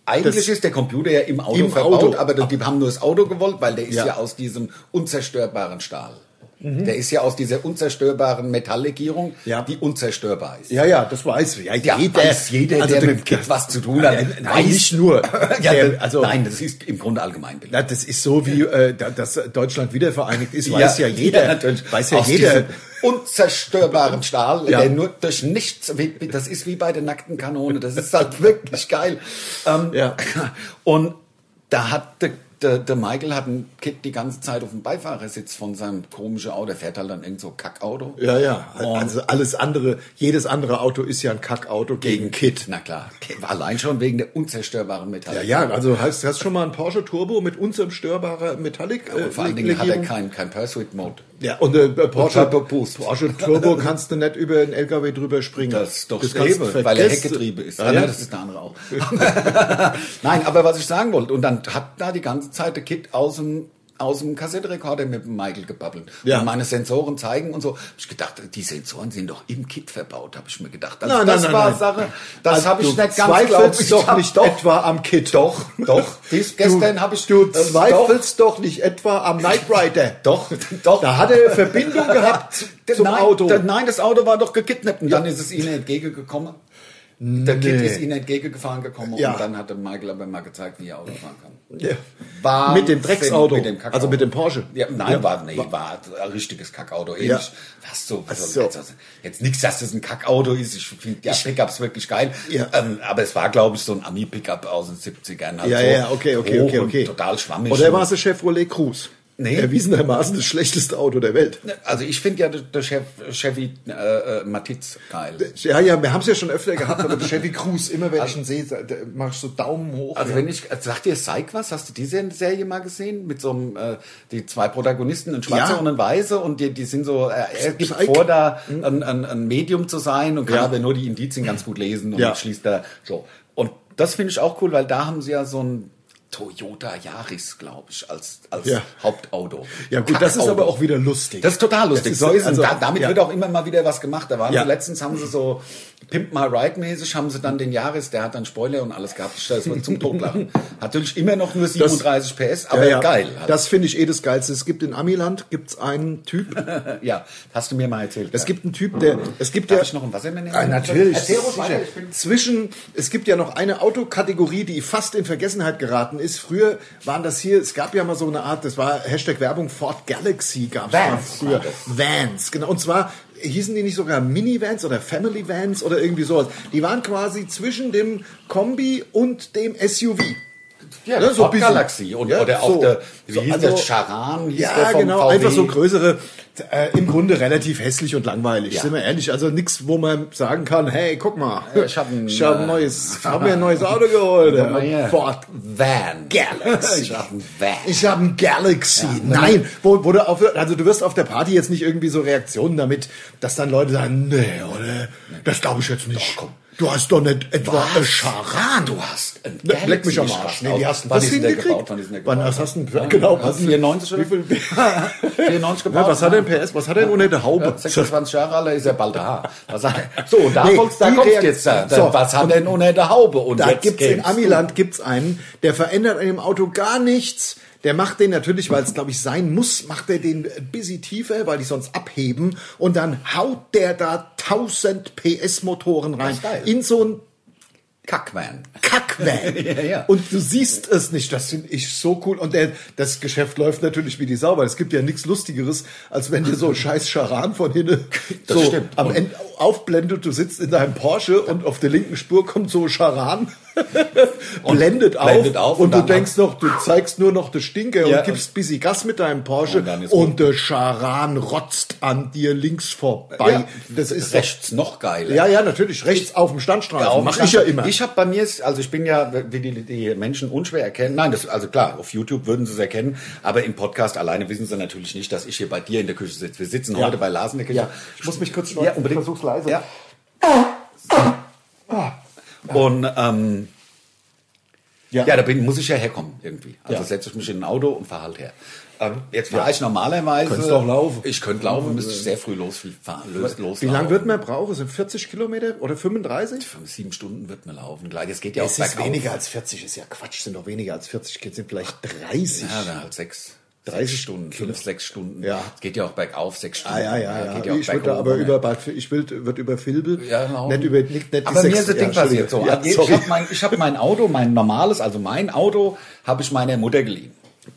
Eigentlich
das-
ist der Computer ja im Auto
Im
verbaut,
Auto.
aber die haben nur das Auto gewollt, weil der ist
Ja.
ja, aus diesem unzerstörbaren Stahl. Der ist ja aus dieser unzerstörbaren Metalllegierung,
Ja.
die unzerstörbar ist.
Ja, ja, das weiß ja,
Ja,
jeder,
weiß jeder,
also
der
der-
mit dem Kind was zu tun hat,
Nein,
weiß
nicht nur.
ja,
Der- also-
also nein, das ist im Grunde allgemein.
Na, das ist so wie äh, da- dass Deutschland wiedervereinigt ist, weiß ja, jeder, weiß ja
Aus
jeder.
diesem unzerstörbaren Stahl,
Ja.
der nur durch nichts, wie- wie- das ist wie bei der nackten Kanone, das ist halt wirklich geil. Ähm,
Ja.
Und da hat der, der, der Michael hat ein Kind die ganze Zeit auf dem Beifahrersitz von seinem komischen Auto, der fährt halt dann irgend so Kackauto.
Ja, ja,
Und-
also alles andere, jedes andere Auto ist ja ein Kackauto gegen Kit.
Na klar, allein schon wegen der unzerstörbaren Metall.
Ja, ja, also hast hast schon mal ein Porsche Turbo mit unzerstörbarer Metallic äh,
Und vor allen Dingen hat er
Legierung?
keinen kein Pursuit-Mode.
Ja, und äh, Porsche
Turbo Boost.
Porsche Turbo kannst du nicht über den LKW drüber springen.
Das ist doch das
kannst du
weil er
vergessen. ne?
Heckgetriebe ist.
Ja,
Ah,
ja.
nein, das ist eine andere auch. nein, aber was ich sagen wollte, und dann hat da die ganze Zeit der Kid aus dem aus dem Kassettenrekorder mit dem Michael gebabbelt.
Ja.
Und meine Sensoren zeigen und so. Hab ich gedacht, die Sensoren sind doch im Kit verbaut, habe ich mir gedacht. Also
Nein, nein,
das
nein,
war
nein.
Sache, das
Also,
habe ich
du
nicht ganz glaub ich,
zweifelst doch
hab-
nicht etwa am Kit. Doch,
doch. Dies- gestern habe ich-
Du
äh,
zweifelst doch. nicht etwa am Knight Rider.
Doch, doch.
Da hat er Verbindung gehabt zu- zum
nein,
Auto.
da- nein, das Auto war doch gekidnappt und dann ist es ihnen entgegengekommen. Der Kid ist ihnen entgegengefahren gekommen
Ja.
und dann hat der Michael aber mal gezeigt, wie er Auto fahren kann.
Ja.
War
Mit dem Drecksauto.
Mit dem Kackauto.
Also mit dem Porsche.
Ja, nein, war, nee, war ein richtiges Kackauto. Ähnlich.
Ja.
Was so, was
so.
so. Jetzt, jetzt nichts, dass das ein Kackauto ist. Ich finde ja Pickups wirklich geil.
Ja.
Ähm, aber es war, glaube ich, so ein Ami-Pickup aus den 70ern. Halt
Ja,
so
ja, okay, okay,
hoch
okay,
und
okay.
Total schwammig.
Oder
und-
war es der Chevrolet Cruze?
Nee.
Erwiesenermaßen das schlechteste Auto der Welt.
Also ich finde ja der Chef, Chevy äh, äh, Matiz geil.
Ja, ja, wir haben es ja schon öfter gehabt, aber der Chevy Cruise, immer wenn ich ihn sehe, da- da mach ich so Daumen hoch.
Also wenn ich, also sagt dir Psych was? Hast du diese Serie mal gesehen? Mit so einem, äh, die zwei Protagonisten, ein Schwarzer
Ja.
und ein Weiße und die, die sind so, äh, er gibt
Psych.
vor, da ein, ein, ein Medium zu sein und kann
Ja.
aber nur die Indizien ganz gut lesen und
Ja.
schließt da so. Und das finde ich auch cool, weil da haben sie ja so ein Toyota Yaris, glaube ich, als, als
Ja.
Hauptauto.
ja gut, das ist
Kackauto.
aber auch wieder lustig.
Das ist total lustig.
Das ist-
so ist es.
also,
Und da, damit
ja.
wird auch immer mal wieder was gemacht. Da waren
Ja.
sie letztens haben sie so Pimp My Ride mäßig haben sie dann den Jahres, der hat dann Spoiler und alles gehabt. Das war zum Totlachen. Hat Natürlich immer noch nur 37 PS, aber
ja, ja.
geil.
Das finde ich eh das Geilste. Es gibt in Amiland gibt's einen Typ.
Äh, ja, hast du mir mal erzählt.
Es gibt einen Typ, der. Es gibt
Darf
ja.
ich noch ein Wasser mehr nehmen?
Ah, natürlich.
Erzähl ruhig
sicher.
weiter, ich bin-
Zwischen, es gibt ja noch eine Autokategorie, die fast in Vergessenheit geraten ist. Früher waren das hier, es gab ja mal so eine Art, das war Hashtag Werbung, Ford Galaxy gab es mal
Vans
früher.
war das.
Vans, genau. Und zwar hießen die nicht sogar Minivans oder Family Vans oder irgendwie sowas. Die waren quasi zwischen dem Kombi und dem SUV.
ja,
ne, so
Ford
bisschen.
Galaxy und
Ja,
oder
so.
auch der wie
So,
hieß
also-
der Charan hieß der
Ja,
vom
genau,
VW.
einfach so größere, äh, im Grunde relativ hässlich und langweilig,
Ja.
sind wir ehrlich. Also nichts, wo man sagen kann, hey, guck mal,
ich hab ein,
ich hab ein
äh,
neues, hab mir ein neues Auto geholt.
Guck mal hier.
Ford.
Van
Galaxy.
Ich hab einen Van. ne?
Ich habe ein Galaxy. Nein, wo, wo du auf, also du wirst auf der Party jetzt nicht irgendwie so Reaktionen damit, dass dann Leute sagen, nee, oder? Das glaube ich jetzt nicht.
komm.
Du hast doch nicht etwa
Was?
ein Charan.
Du hast ein
Ne, Leck mich am
Galaxy
Arsch.
geschaffen.
Nee, die hast du
Wann
was
ist denn der
hingekriegt.
gebaut? Wann ist denn der
Wann
gebaut?
hast hast du denn? Genau. hast du-
94 oder?
Wie viel,
94
Ne,
gebaut.
was hat er denn PS? Was hat er denn unter der Haube?
Ja, 26 Jahre alt ist er bald da. Was hat er? So, da,
Nee,
kommst, da
die
kommst
Reakt-
jetzt. Da.
So,
was hat er denn unter der Haube? Und
Da
jetzt
gibt's in
kämpfst
Amiland gibt's einen, der verändert an dem Auto gar nichts. Der macht den natürlich, weil es glaube ich sein muss, macht er den ein bisschen tiefer, weil die sonst abheben und dann haut der da 1000 PS Motoren rein
ist geil.
in so ein
du. Kackman.
Kackvan.
Ja, ja.
Und du siehst es nicht. Das finde ich so cool. Und der, das Geschäft läuft natürlich wie die Sau, weil es gibt ja nichts Lustigeres, als wenn dir so ein scheiß Scharan von hinten
Das
so
stimmt.
am
Und-
Ende aufblendet. Du sitzt in deinem Porsche und auf der linken Spur kommt so ein Scharan, blendet, auf,
blendet auf
und,
und
du
dann-
denkst noch, du zeigst nur noch das Stinker
Ja,
und gibst bisschen Gas mit deinem Porsche
Und dann ist
und, der Scharan rotzt an dir links vorbei.
Ja,
das ist
rechts noch geiler.
ja, ja, natürlich. Rechts auf dem Standstreifen.
Auf-
Mach ich ja immer.
Ich habe bei mir, ist- also ich bin ja, wie die, die Menschen unschwer erkennen. Nein, das, also klar, auf YouTube würden sie es erkennen, aber im Podcast alleine wissen sie natürlich nicht, dass ich hier bei dir in der Küche sitze. Wir sitzen heute bei Lars in der Küche.
Ja, ich muss mich kurz
Ja,
schneuzen.
unbedingt.
Ich versuch's leise.
Ja. Und ähm, ja. da bin, muss ich ja herkommen irgendwie. Also
Ja.
setze ich mich in ein Auto und fahre halt her. Ähm, jetzt fahre ich normalerweise.
Könntest doch laufen. Mhm.
Ich könnte laufen, müsste ich sehr früh losfahren. Los, los
Wie lange wird man brauchen? Sind 40 Kilometer oder 35?
Sieben Stunden wird man laufen. Gleich, es geht ja auch bergauf.
als 40, ist ja Quatsch. Sind doch weniger als 40 Kids, sind vielleicht 30.
Ja, dann halt sechs.
30
sechs Stunden, fünf, sechs Stunden.
Ja.
Es geht ja auch bergauf, sechs Stunden.
Ah, ja, ja, ja.
Geht ja auch
ich würde
berghoch,
aber
ne?
über, Bad- ich will, wird über Filbel,
Ja, genau.
nicht über, nicht, nicht
aber mir ist das
ja,
Ding passiert so.
Entschuldigung.
ich
Ja, sorry.
habe mein, ich hab mein Auto, mein normales, also mein Auto, habe ich meiner Mutter geliehen.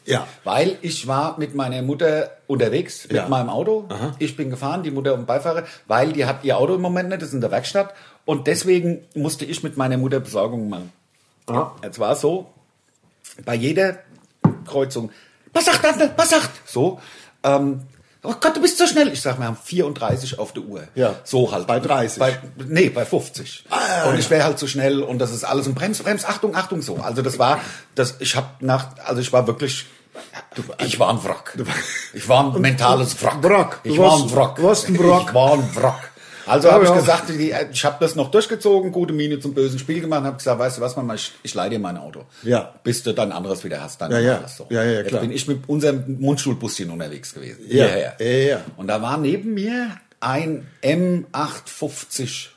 ja.
Weil ich war mit meiner Mutter unterwegs mit
Ja.
meinem Auto. Ich bin gefahren, die Mutter und Beifahrer, weil die hat ihr Auto im Moment nicht, das ist in der Werkstatt. Und deswegen musste ich mit meiner Mutter Besorgung machen. Jetzt war es so, bei jeder Kreuzung, was sagt das denn? Was sagt? So, ähm, oh Gott, du bist so schnell. Ich sag, wir haben 34 auf der Uhr.
Ja.
So halt.
Bei Ah. 30.
Bei, nee, bei 50. und ich wäre halt zu schnell und das ist alles und Brems, Brems, Achtung, Achtung, so. Also das war, das, ich hab nach, also ich war wirklich, ich war ein Wrack. Ich war ein mentales Wrack.
Wrack. Du
Ich war
warst-
ein Wrack.
du warst ein Wrack.
Ich war ein Wrack. Also
Ja,
habe ich
ja.
gesagt, die- ich habe das noch durchgezogen, gute Miene zum bösen Spiel gemacht, habe gesagt, weißt du was, Mama, ich, ich leih dir mein Auto.
Ja.
Bis du dann anderes wieder hast, dann
Ja, ja.
alles so.
Ja, ja,
Jetzt
klar.
bin ich mit unserem Mundschulbuschen unterwegs gewesen.
Ja.
Hierher.
Ja, ja.
Und da war neben mir ein M850.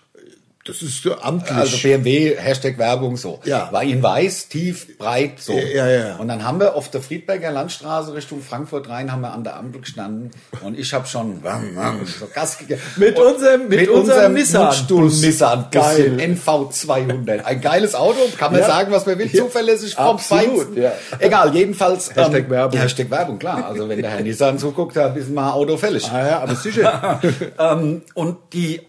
Das ist so amtlich.
Also BMW, Hashtag Werbung, so.
Ja.
War in weiß, tief, breit, so.
Ja, ja.
Und dann haben wir auf der Friedberger Landstraße Richtung Frankfurt rein, haben wir an der Ampel gestanden und ich habe schon wam, wam, so Gas gegeben.
Mit
Und-
unserem- mit unserem Nissan.
Mundstuhl Nissan,
Geil.
geil. NV200. Ein geiles Auto, kann man
Ja.
sagen, was man will, zuverlässig, vom
Absolut,
Feinsten.
ja.
Egal, jedenfalls. ähm,
Hashtag Werbung.
Hashtag Werbung, klar. Also wenn der Herr Nissan zuguckt, dann ist mal Auto fällig.
ah, ja, aber sicher.
Ähm, und die,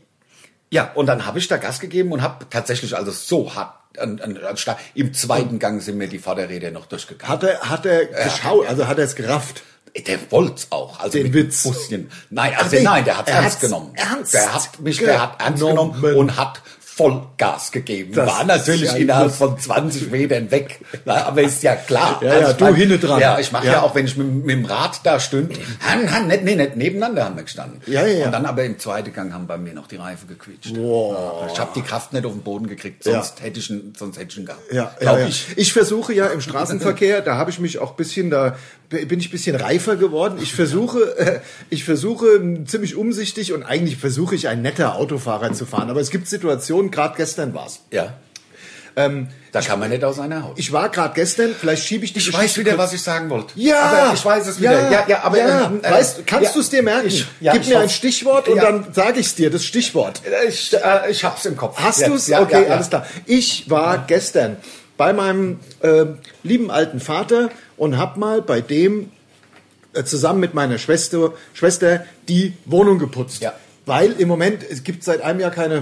ja, und dann habe ich da Gas gegeben und habe tatsächlich also so hart, an, an, an, Schlag- im zweiten Gang sind mir die Vorderräder noch durchgegangen.
hat er, hat er geschaut, also hat er es gerafft.
der wollt's auch. Also
Den
mit
Witz.
Bisschen. Nein, also
nee,
nein, der hat's
er
ernst
hat's
genommen.
ernst
der hat mich, der hat ernst genommen,
genommen.
und hat Vollgas gegeben.
Das
War natürlich
ist ja
innerhalb
lustig.
von 20 Metern weg. Na, aber ist ja klar. Also
Ja, ja,
ich
du hinne dran.
Ja, ich mache ja.
Ja.
auch, wenn ich mit, mit dem Rad da stünd, han, han, nicht, nee, nicht nebeneinander haben wir gestanden.
Ja, ja, ja.
Und dann aber im zweiten Gang haben bei mir noch die Reifen gequietscht.
Wow.
Ich habe die Kraft nicht auf den Boden gekriegt,
Ja.
sonst hätte ich ihn, sonst hätte ich ihn gehabt.
Ja,
Glaub
ja, ja.
ich.
Ich. versuche ja im Straßenverkehr, da habe ich mich auch bisschen, da bin ich bisschen reifer geworden. Ich versuche, äh, ich versuche m, ziemlich umsichtig und eigentlich versuche ich ein netter Autofahrer zu fahren. Aber es gibt Situationen, gerade gestern war's.
Ja. Ähm, da kann man nicht aus einer Haut.
Ich war gerade gestern, vielleicht schiebe ich die
Ich
Geschichte
weiß wieder,
kurz-
was ich sagen wollte.
Ja,
aber ich weiß es wieder. Ja, ja, aber
ja.
ähm, äh,
weißt, kannst
ja.
du es dir merken?
Ich- ja,
Gib
ich
mir ein
hoff-
Stichwort und
Ja.
dann sage ich es dir, das Stichwort.
Ich, äh, ich hab's im Kopf.
Hast
Ja,
du's?
Ja,
okay,
ja, ja.
alles klar. Ich war gestern bei meinem ähm, lieben alten Vater und hab mal bei dem äh, zusammen mit meiner Schwester, Schwester die Wohnung geputzt.
Ja.
Weil im Moment, es gibt seit einem Jahr keine äh,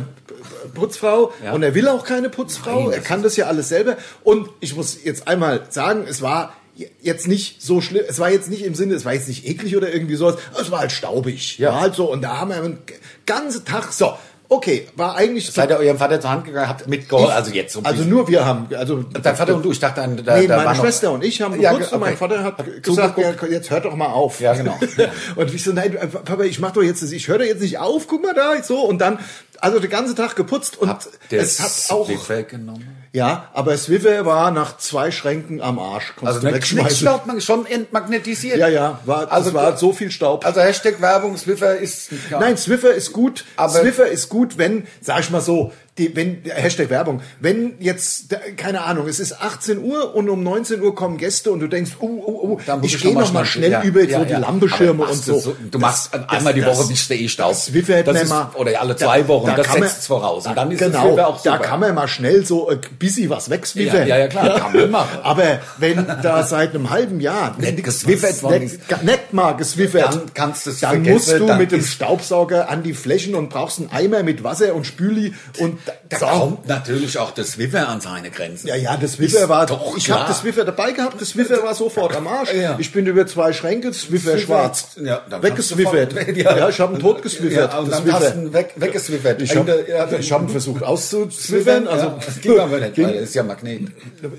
Putzfrau
Ja.
und er will auch keine Putzfrau.
Nein, das
er kann das ja alles selber. Und ich muss jetzt einmal sagen, es war j- jetzt nicht so schlimm, es war jetzt nicht im Sinne, es war jetzt nicht eklig oder irgendwie sowas, es war halt staubig.
Ja.
War halt so. Und da haben wir einen g- ganzen Tag, so, okay, war eigentlich so-
Seid ihr eurem Vater zur Hand gegangen, habt mitgeholfen, also jetzt so ein
also
bisschen.
nur wir haben, also
Dein Vater und du, ich dachte, da, da
nee,
da war
meine
noch-
Schwester und ich haben
Ja,
geputzt
ge-
und mein
okay.
Vater hat,
Hab
gesagt, ja,
zugeguckt.
jetzt hört doch mal auf.
Ja, genau.
und ich so, nein, Papa, ich mach doch jetzt, ich höre doch jetzt nicht auf, guck mal da, so und dann, also den ganzen Tag geputzt und
Habt ihr
es hat auch,
Siffer genommen.
ja, aber Swiffer war nach zwei Schränken am Arsch, konntest
Also nicht, nicht Staub, man schon entmagnetisiert.
Ja, ja, war, also
Also
es war
du-
so viel Staub.
Also Hashtag Werbung, Swiffer ist...
Nein, Swiffer ist gut.
Aber-
Swiffer ist gut, wenn, sag ich mal so, die, wenn, Hashtag Werbung, wenn jetzt, da- keine Ahnung, es ist 18 Uhr und um 19 Uhr kommen Gäste und du denkst, oh, oh, oh,
Dann muss
ich gehe
noch mal
nochmal schnell
ja,
über
ja,
so die
ja.
Lampeschirme
Aber
und
machst
so.
du Du machst
Das-
einmal die
das-
Woche bist du eh Staub.
Swiffer hätten
Das
wir
ist-
mal-
Oder alle
da-
zwei Wochen,
da
das
kann man-
setzt voraus. Und
da-
dann ist
genau,
das Swiffer auch super.
Da kann man mal schnell so ein bisschen was weg, Swiffer.
ja, ja, klar, kann man machen.
Aber wenn da seit einem halben Jahr
Nicht
nix
geswiffert
was-
worden
nix-
ist.
ga- nicht mal geswiffert,
Dann kannst du's
Dann
vergessen,
musst du
dann
mit dem
ist-
Staubsauger an die Flächen und brauchst einen Eimer mit Wasser und Spüli und
Da
so.
kommt natürlich auch das Swiffer an seine Grenzen.
Ja, ja, das Wiffer
Ist
war
doch
Ich
klar.
habe das Wiffer dabei gehabt, das Wiffer war sofort am Arsch.
Ja.
Ich bin über zwei Schränke, das Wiffer
Swiffer-
schwarz.
Ja, dann
Weggeswiffert.
kannst du voll-
Ja.
Ja.
ich habe ihn totgeswiffert.
Ja, und
das
dann hast
Wiffer.
du ihn weg- weggeswiffert.
Ich habe
Äh, ja, dann-
ich hab ihn versucht auszuzwiffern, also
ja, das ging aber nicht,
ging-
weil das ist ja Magnet.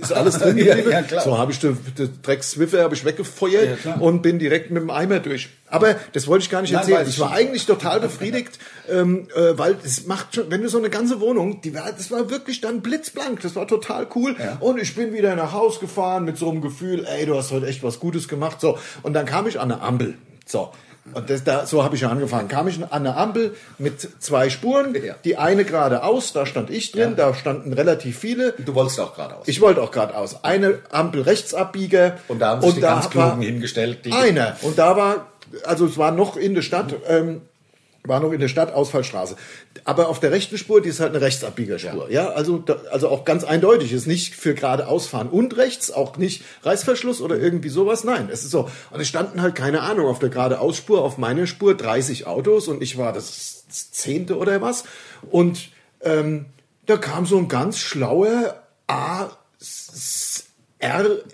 ist alles drin
Ja,
geblieben.
ja, klar.
so habe ich den, den Drecks-Swiffer habe ich
Ja,
weggefeuert
klar.
und bin direkt mit dem Eimer durch. Aber das wollte ich gar nicht
Nein,
erzählen.
weiß
Ich
ich
war
schon.
eigentlich total befriedigt, ähm, äh, weil es macht schon, wenn du so eine ganze Wohnung, die war, das war wirklich dann blitzblank. Das war total cool. Und ich bin wieder nach Haus gefahren mit so einem Gefühl, ey, du hast heute echt was Gutes gemacht. So und dann kam ich an eine Ampel. So. Und das, da, so habe ich ja angefangen. Kam ich an eine Ampel mit zwei Spuren.
Ja.
Die eine geradeaus, da stand ich drin, da standen relativ viele.
Du wolltest auch geradeaus.
Ich wollte auch geradeaus. Eine Ampel rechtsabbieger.
Und da haben sich die ganz
war
Klugen hingestellt. Die
Einer. Und da war, also es war noch in der Stadt, ähm, war noch in der Stadt Ausfallstraße. Aber auf der rechten Spur, die ist halt eine Rechtsabbiegerspur. Ja, also, da, also auch ganz eindeutig. Ist nicht für geradeaus fahren und rechts, auch nicht Reißverschluss oder irgendwie sowas. Nein, es ist so. Und es standen halt, keine Ahnung, auf der geradeausspur, auf meiner Spur 30 Autos und ich war das Zehnte oder was. Und ähm, da kam so ein ganz schlauer A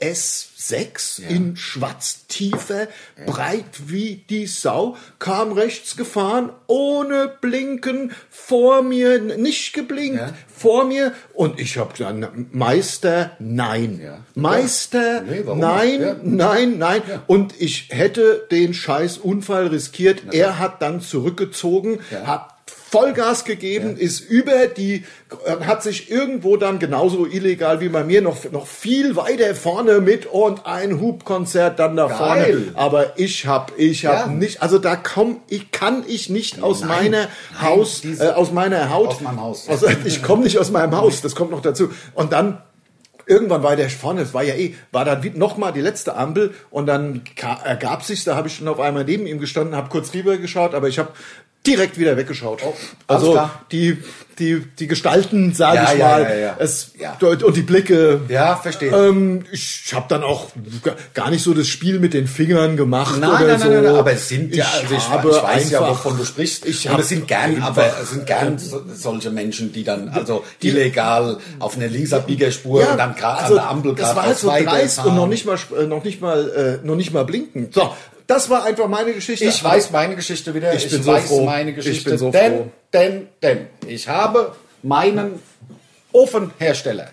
RS6 in Schwarztiefe, breit wie die Sau, kam rechts gefahren, ohne Blinken, vor mir, n- nicht geblinkt,
Ja.
vor mir. Und ich habe gesagt, na, Meister, nein.
Ja.
Meister,
Nee, warum?
nein,
Ja.
nein, nein. Und ich hätte den scheiß Unfall riskiert. Er hat dann zurückgezogen,
Ja.
hat Vollgas gegeben, ist über die, äh, hat sich irgendwo dann genauso illegal wie bei mir noch, noch viel weiter vorne mit und ein Hubkonzert dann da vorne.
Geil.
Aber ich hab, ich
Ja.
hab nicht, also da komm, ich kann ich nicht aus
Nein,
meiner
nein,
Haus,
diese-
äh, aus meiner Haut.
Aus meinem Haus.
Aus, ich komme nicht aus meinem Haus, das kommt noch dazu. Und dann irgendwann war der vorne, es war ja eh, war dann wie- noch mal die letzte Ampel und dann ka- ergab sich, da habe ich dann auf einmal neben ihm gestanden, habe kurz rüber geschaut, aber ich habe direkt wieder weggeschaut.
Oh, alles
also
klar.
die die die Gestalten, sage
Ja,
ich
ja,
mal,
ja, ja.
es
Ja.
und die Blicke.
Ja, verstehe.
Ähm, ich habe dann auch ga- gar nicht so das Spiel mit den Fingern gemacht
Nein,
oder
nein,
so.
nein, nein, nein, aber es sind ja,
ich,
also ich,
habe
ich weiß
einfach,
ja, wovon du sprichst.
Ich
Und
habe
es sind gern,
einfach-
aber es sind gern so, solche Menschen, die dann also illegal auf einer Linksabbiegespur und dann gerade an der Ampel
also das
gerade
war halt so
weiter
dreist und
fahren.
noch nicht mal sp- äh, noch nicht mal äh, noch nicht mal blinken. So, Das war einfach meine Geschichte.
Ich weiß meine Geschichte wieder.
Ich bin so
weiß
froh.
meine
Ich
Geschichte.
bin so
denn,
froh.
denn, denn ich habe meinen Ofenhersteller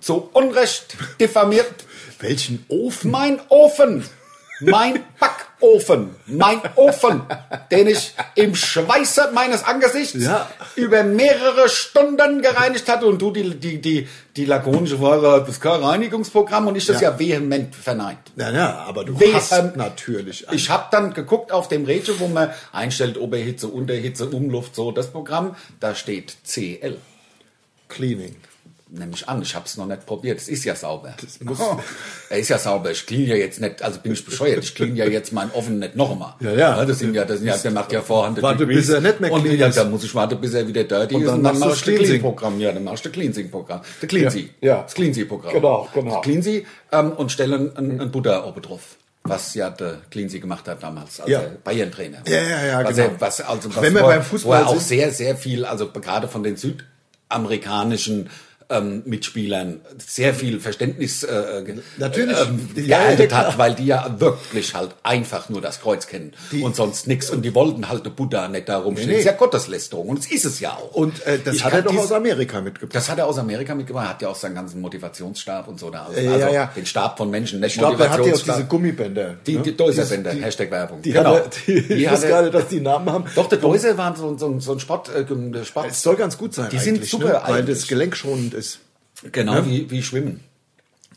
zu Unrecht diffamiert.
Also, Welchen Ofen?
Mein Ofen, mein Backofen, mein Ofen, den ich im Schweiße meines Angesichts
Ja.
über mehrere Stunden gereinigt hatte und du die, die, die, die lakonische Frage, das ist kein Reinigungsprogramm und ich das ja,
Ja.
vehement verneint.
Na, na, aber du
Wesen.
hast natürlich einen.
Ähm, Ich habe dann geguckt auf dem Rädchen, wo man einstellt Oberhitze, Unterhitze, Umluft, so das Programm, da steht CL.
Cleaning.
Nehme ich an, ich habe es noch nicht probiert. Es ist ja sauber.
Das muss-
Er ist ja sauber. Ich clean ja jetzt nicht, also bin ich bescheuert. Ich clean ja jetzt mein Offen nicht noch einmal.
Ja, ja.
Das sind ja, das sind ja, der macht ja vorhanden.
Warte, bis er nicht mehr
und,
clean
ja,
ist.
Da muss ich warten, bis er wieder dirty
Und
ist.
dann
Und dann
machst
machst du
du das
das
Cleansing.
Cleansing-Programm. Ja, dann machst du das Cleansing-Programm. Das Cleansing.
Ja, ja.
Das Cleansing-Programm.
Genau, genau.
Das Cleansing, ähm, und stellen ein, ein Butter oben drauf. Was ja der Cleansing gemacht hat damals, als
Ja.
er Bayern-Trainer war.
Ja, ja, ja,
Was
genau.
er, was, also, was
Wenn wir
wo er-
beim Fußball
wo er auch
sind.
sehr, sehr viel, also gerade von den südamerikanischen ähm, Mitspielern sehr viel Verständnis äh, ge-
Natürlich.
ähm,
Ja,
geerntet
ja,
hat,
klar.
weil die ja wirklich halt einfach nur das Kreuz kennen und sonst nichts und die wollten halt den Buddha nicht da rumstehen.
Nee, nee.
Ist ja Gotteslästerung und es ist es ja auch.
Und äh, das
Ich
hat er
kann
doch
dies-
aus Amerika mitgebracht.
das hat er aus Amerika mitgebracht, hat ja auch seinen ganzen Motivationsstab und so da. Also,
Äh, ja, ja.
den Stab von Menschen, nicht
Ich glaube, er hat ja auch diese
Motivationsstab.
Gummibänder.
Die,
ne?
die Deuser-Bänder, Hashtag Werbung. Genau.
Die hat er, die, ich
hat
wusste
er-
gar nicht, dass die Namen haben.
Doch, der Deuser war so, so, so ein Sport, äh, Sport.
Es soll ganz gut sein.
Die sind
eigentlich,
super
ne? weil
eigentlich.
das gelenkschonend ist.
Genau wie, wie Schwimmen.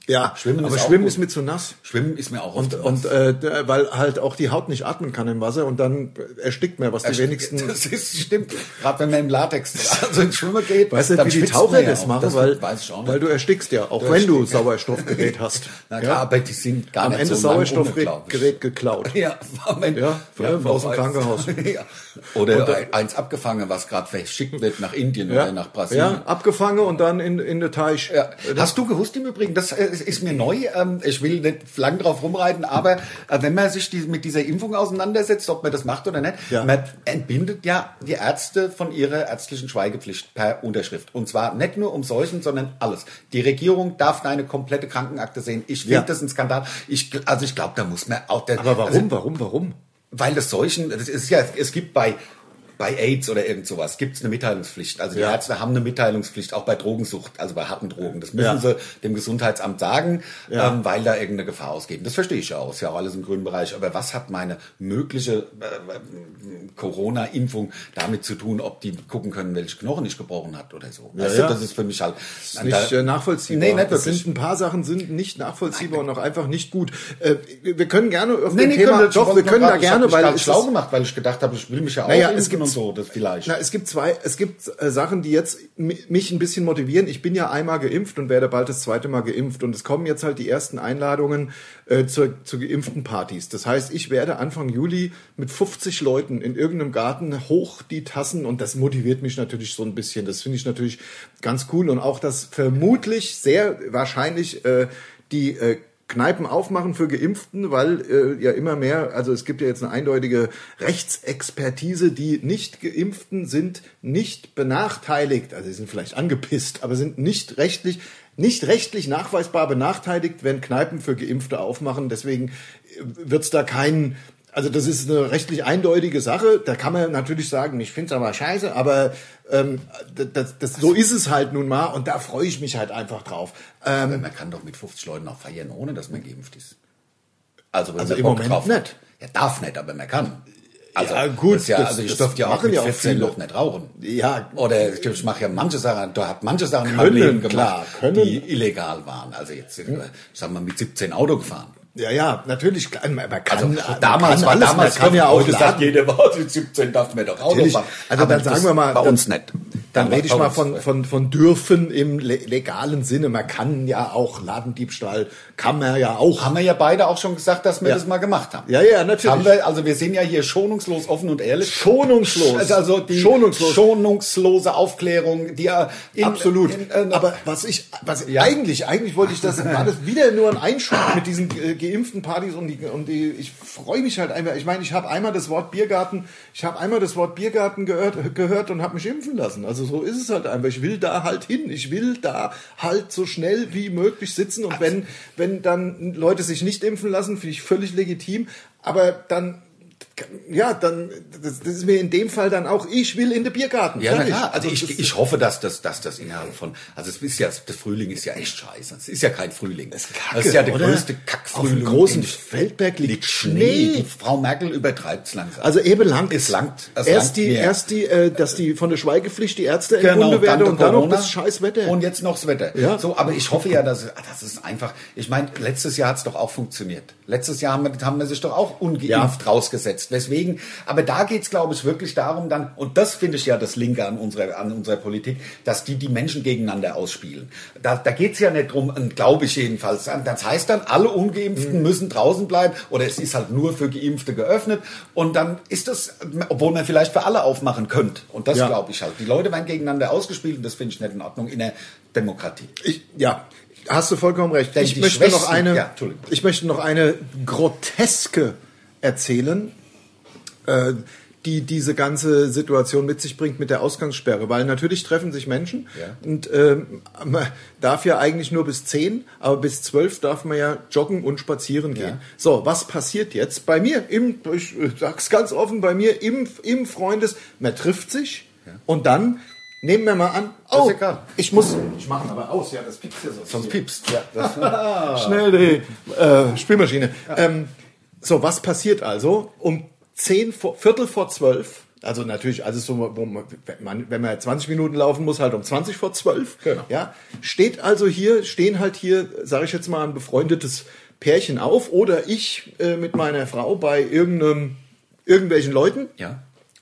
Ja,
Schwimmen
aber
ist auch
Schwimmen
gut.
ist mir zu nass.
Schwimmen ist mir auch
Und,
oft
und äh, d- weil halt auch die Haut nicht atmen kann im Wasser und dann erstickt man, was die wenigsten.
Das ist, stimmt. Gerade wenn man im Latex also ins Schwimmen geht.
Weißt du,
dann
wie die
schwitzt
Taucher
man ja
das
auch.
machen,
Das
weil,
weiß ich auch nicht.
weil du erstickst ja, auch wenn du Sauerstoffgerät hast.
Na klar, aber die sind gar
Am
nicht
Ende
so lange ohne, glaub ich.
Sauerstoffgerät geklaut.
Ja, Moment.
Ja, aus dem
weiß.
Krankenhaus. äh,
ja. Oder eins abgefangen, was gerade verschickt wird nach Indien oder nach
Ja,
Brasilien.
abgefangen und dann in, in den Teich.
Ja. äh, Hast du gewusst im Übrigen, das äh, ist mir neu, ähm, ich will nicht lang drauf rumreiten, aber äh, wenn man sich die, mit dieser Impfung auseinandersetzt, ob man das macht oder nicht,
Ja.
man entbindet ja die Ärzte von ihrer ärztlichen Schweigepflicht per Unterschrift. Und zwar nicht nur um Seuchen, sondern alles. Die Regierung darf deine komplette Krankenakte sehen. Ich finde
Ja.
das ein Skandal. Ich, gl- also ich glaube, da muss man auch... Der,
Aber
Also,
warum, warum, warum?
weil das Seuchen, das ist ja, es gibt bei bei AIDS oder irgend sowas gibt es eine Mitteilungspflicht. Also die
Ja.
Ärzte haben eine Mitteilungspflicht, auch bei Drogensucht, also bei harten Drogen. Das müssen
Ja.
sie dem Gesundheitsamt sagen,
Ja.
ähm, weil da irgendeine Gefahr ausgeht. Das verstehe ich ja auch. Ist ja auch alles im grünen Bereich. Aber was hat meine mögliche äh, äh, Corona-Impfung damit zu tun, ob die gucken können, welche Knochen ich gebrochen hat oder so? Weißt
ja.
Du, das ist für mich halt
ist nicht
da-
äh, nachvollziehbar.
Nee, nicht
Es
wirklich.
sind ein paar Sachen sind nicht nachvollziehbar und auch einfach nicht gut. Äh, wir können gerne auf
Nee,
dem
nee,
Thema,
können wir,
doch, wir können da gerne, weil
ich
es
schlau
ist-
gemacht, weil ich gedacht habe, ich will mich ja auch
Naja, es
impfen und
gibt-
so, das vielleicht.
Na, es gibt zwei, es gibt äh, Sachen, die jetzt mi- mich ein bisschen motivieren. Ich bin ja einmal geimpft und werde bald das zweite Mal geimpft. Und es kommen jetzt halt die ersten Einladungen äh, zur, zu geimpften Partys. Das heißt, ich werde Anfang Juli mit 50 Leuten in irgendeinem Garten hoch die Tassen und das motiviert mich natürlich so ein bisschen. Das finde ich natürlich ganz cool. Und auch, dass vermutlich sehr wahrscheinlich äh, die äh, Kneipen aufmachen für Geimpften, weil äh, ja immer mehr, also es gibt ja jetzt eine eindeutige Rechtsexpertise, die nicht Geimpften sind nicht benachteiligt, also sie sind vielleicht angepisst, aber sind nicht rechtlich nicht rechtlich nachweisbar benachteiligt, wenn Kneipen für Geimpfte aufmachen. Deswegen wird es da keinen also das ist eine rechtlich eindeutige Sache. Da kann man natürlich sagen, ich finde es aber scheiße, aber ähm, das, das, so ist es halt nun mal und da freue ich mich halt einfach drauf. Ähm,
Man kann doch mit 50 Leuten auch feiern, ohne dass man geimpft ist. Also, wenn
Also
man
im
Bock
Moment
drauf hat.
nicht.
Ja, darf nicht, aber man kann. Also,
Ja, gut,
das ist ja,
das-
also ich
das
dürfte ja auch
machen
mit
ja auch
14
viele.
noch nicht rauchen.
Ja.
Oder ich, ich mache ja manche Sachen, da hat manche Sachen in meinem
Können,
Leben gemacht,
klar, können.
die illegal waren. Also jetzt, sind wir, ich sag mal, mit 17 Auto gefahren.
Ja, ja, natürlich. klar, Man man
Also
kann, man
damals
kann
war
alles,
damals
man kann ja auch
heute sagt
laden.
jeder, was mit 17 darf man doch Auto
Natürlich.
fahren.
Also
Aber
dann sagen
das
wir mal,
bei
dann-
uns nicht.
Dann rede ich
Bei
mal
uns
von,
nicht.
von, von dürfen im le- legalen Sinne. Man kann ja auch Ladendiebstahl, kann man ja auch.
haben wir ja beide auch schon gesagt, dass wir
Ja.
das mal gemacht haben.
Ja, ja, natürlich.
Haben wir, also wir sind ja hier schonungslos offen und ehrlich.
Schonungslos.
Also die
Schonungslos.
schonungslose Aufklärung, die äh, in,
Absolut.
In, äh,
Aber was ich, was eigentlich, eigentlich wollte ich das, war das wieder nur ein Einschub mit diesen äh, geimpften Partys und die, und die ich freue mich halt einfach. Ich meine, ich habe einmal das Wort Biergarten, ich habe einmal das Wort Biergarten gehört, gehört und habe mich impfen lassen. Also so ist es halt einfach. Ich will da halt hin. Ich will da halt so schnell wie möglich sitzen und wenn, wenn dann Leute sich nicht impfen lassen, finde ich völlig legitim. aber dann ja, dann das, das ist mir in dem Fall dann auch, ich will in den Biergarten.
Ja, na
Fertig.
klar. Also ich,
das-
ich hoffe, dass das, dass das innerhalb von, also es ist ja, der Frühling ist ja echt scheiße. Es ist ja kein Frühling. Es das ist ja der
Genau, oder?
größte
Auf
Kackfrühling.
dem großen
in-
Feldberg liegt
liegt Schnee.
Schnee.
Die Frau Merkel übertreibt es langsam.
Also eben langt
Es langt. Es langt
erst die,
mehr.
erst die, äh, dass die von der Schweigepflicht die Ärzte
Genau,
entbunden werden
danke
und dann noch
Corona.
das scheiß Wetter.
Und jetzt noch das Wetter.
Ja.
So, aber ich hoffe ja, dass ah, das ist einfach. Ich meine, letztes Jahr hat es doch auch funktioniert. Letztes Jahr haben wir, haben wir sich doch auch ungeimpft rausgesetzt. Weswegen, aber da geht's, glaube ich, wirklich darum dann, und das finde ich ja das Linke an unserer, an unserer Politik, dass die die Menschen gegeneinander ausspielen. Da, da geht's ja nicht drum, und glaube ich jedenfalls. Das heißt dann, alle
Mhm.
Ungeimpften müssen draußen bleiben oder es ist halt nur für Geimpfte geöffnet und dann ist das, obwohl man vielleicht für alle aufmachen könnte. Und das
Ja.
glaube ich halt. Die Leute werden gegeneinander ausgespielt und das finde ich nicht in Ordnung in der Demokratie.
Ich, ja, hast du vollkommen recht.
Denn
Ich
die
möchte, noch
Schwächsten-
eine,
Ja, Entschuldigung.
ich möchte noch eine groteske erzählen, äh, die diese ganze Situation mit sich bringt mit der Ausgangssperre. Weil natürlich treffen sich Menschen
Ja.
und ähm, man darf ja eigentlich nur bis 10, aber bis 12 darf man ja joggen und spazieren gehen.
Ja.
So, was passiert jetzt? Bei mir, im, ich äh, sag's ganz offen, bei mir im, im Freundes, man trifft sich und dann... Nehmen wir mal an,
Das ist
oh,
egal.
ich muss. Ich mache ihn aber aus, ja, das piepst ja so.
Sonst piepst.
Schnell die äh, Spülmaschine. Ähm, so, was passiert also? Um 10 vor, Viertel vor 12, also natürlich, also so, wo man, wenn man, wenn man 20 Minuten laufen muss, halt um 20 vor 12,
Genau.
ja, steht also hier, stehen halt hier, sage ich jetzt mal, ein befreundetes Pärchen auf oder ich äh, mit meiner Frau bei irgendeinem, irgendwelchen Leuten.
Ja.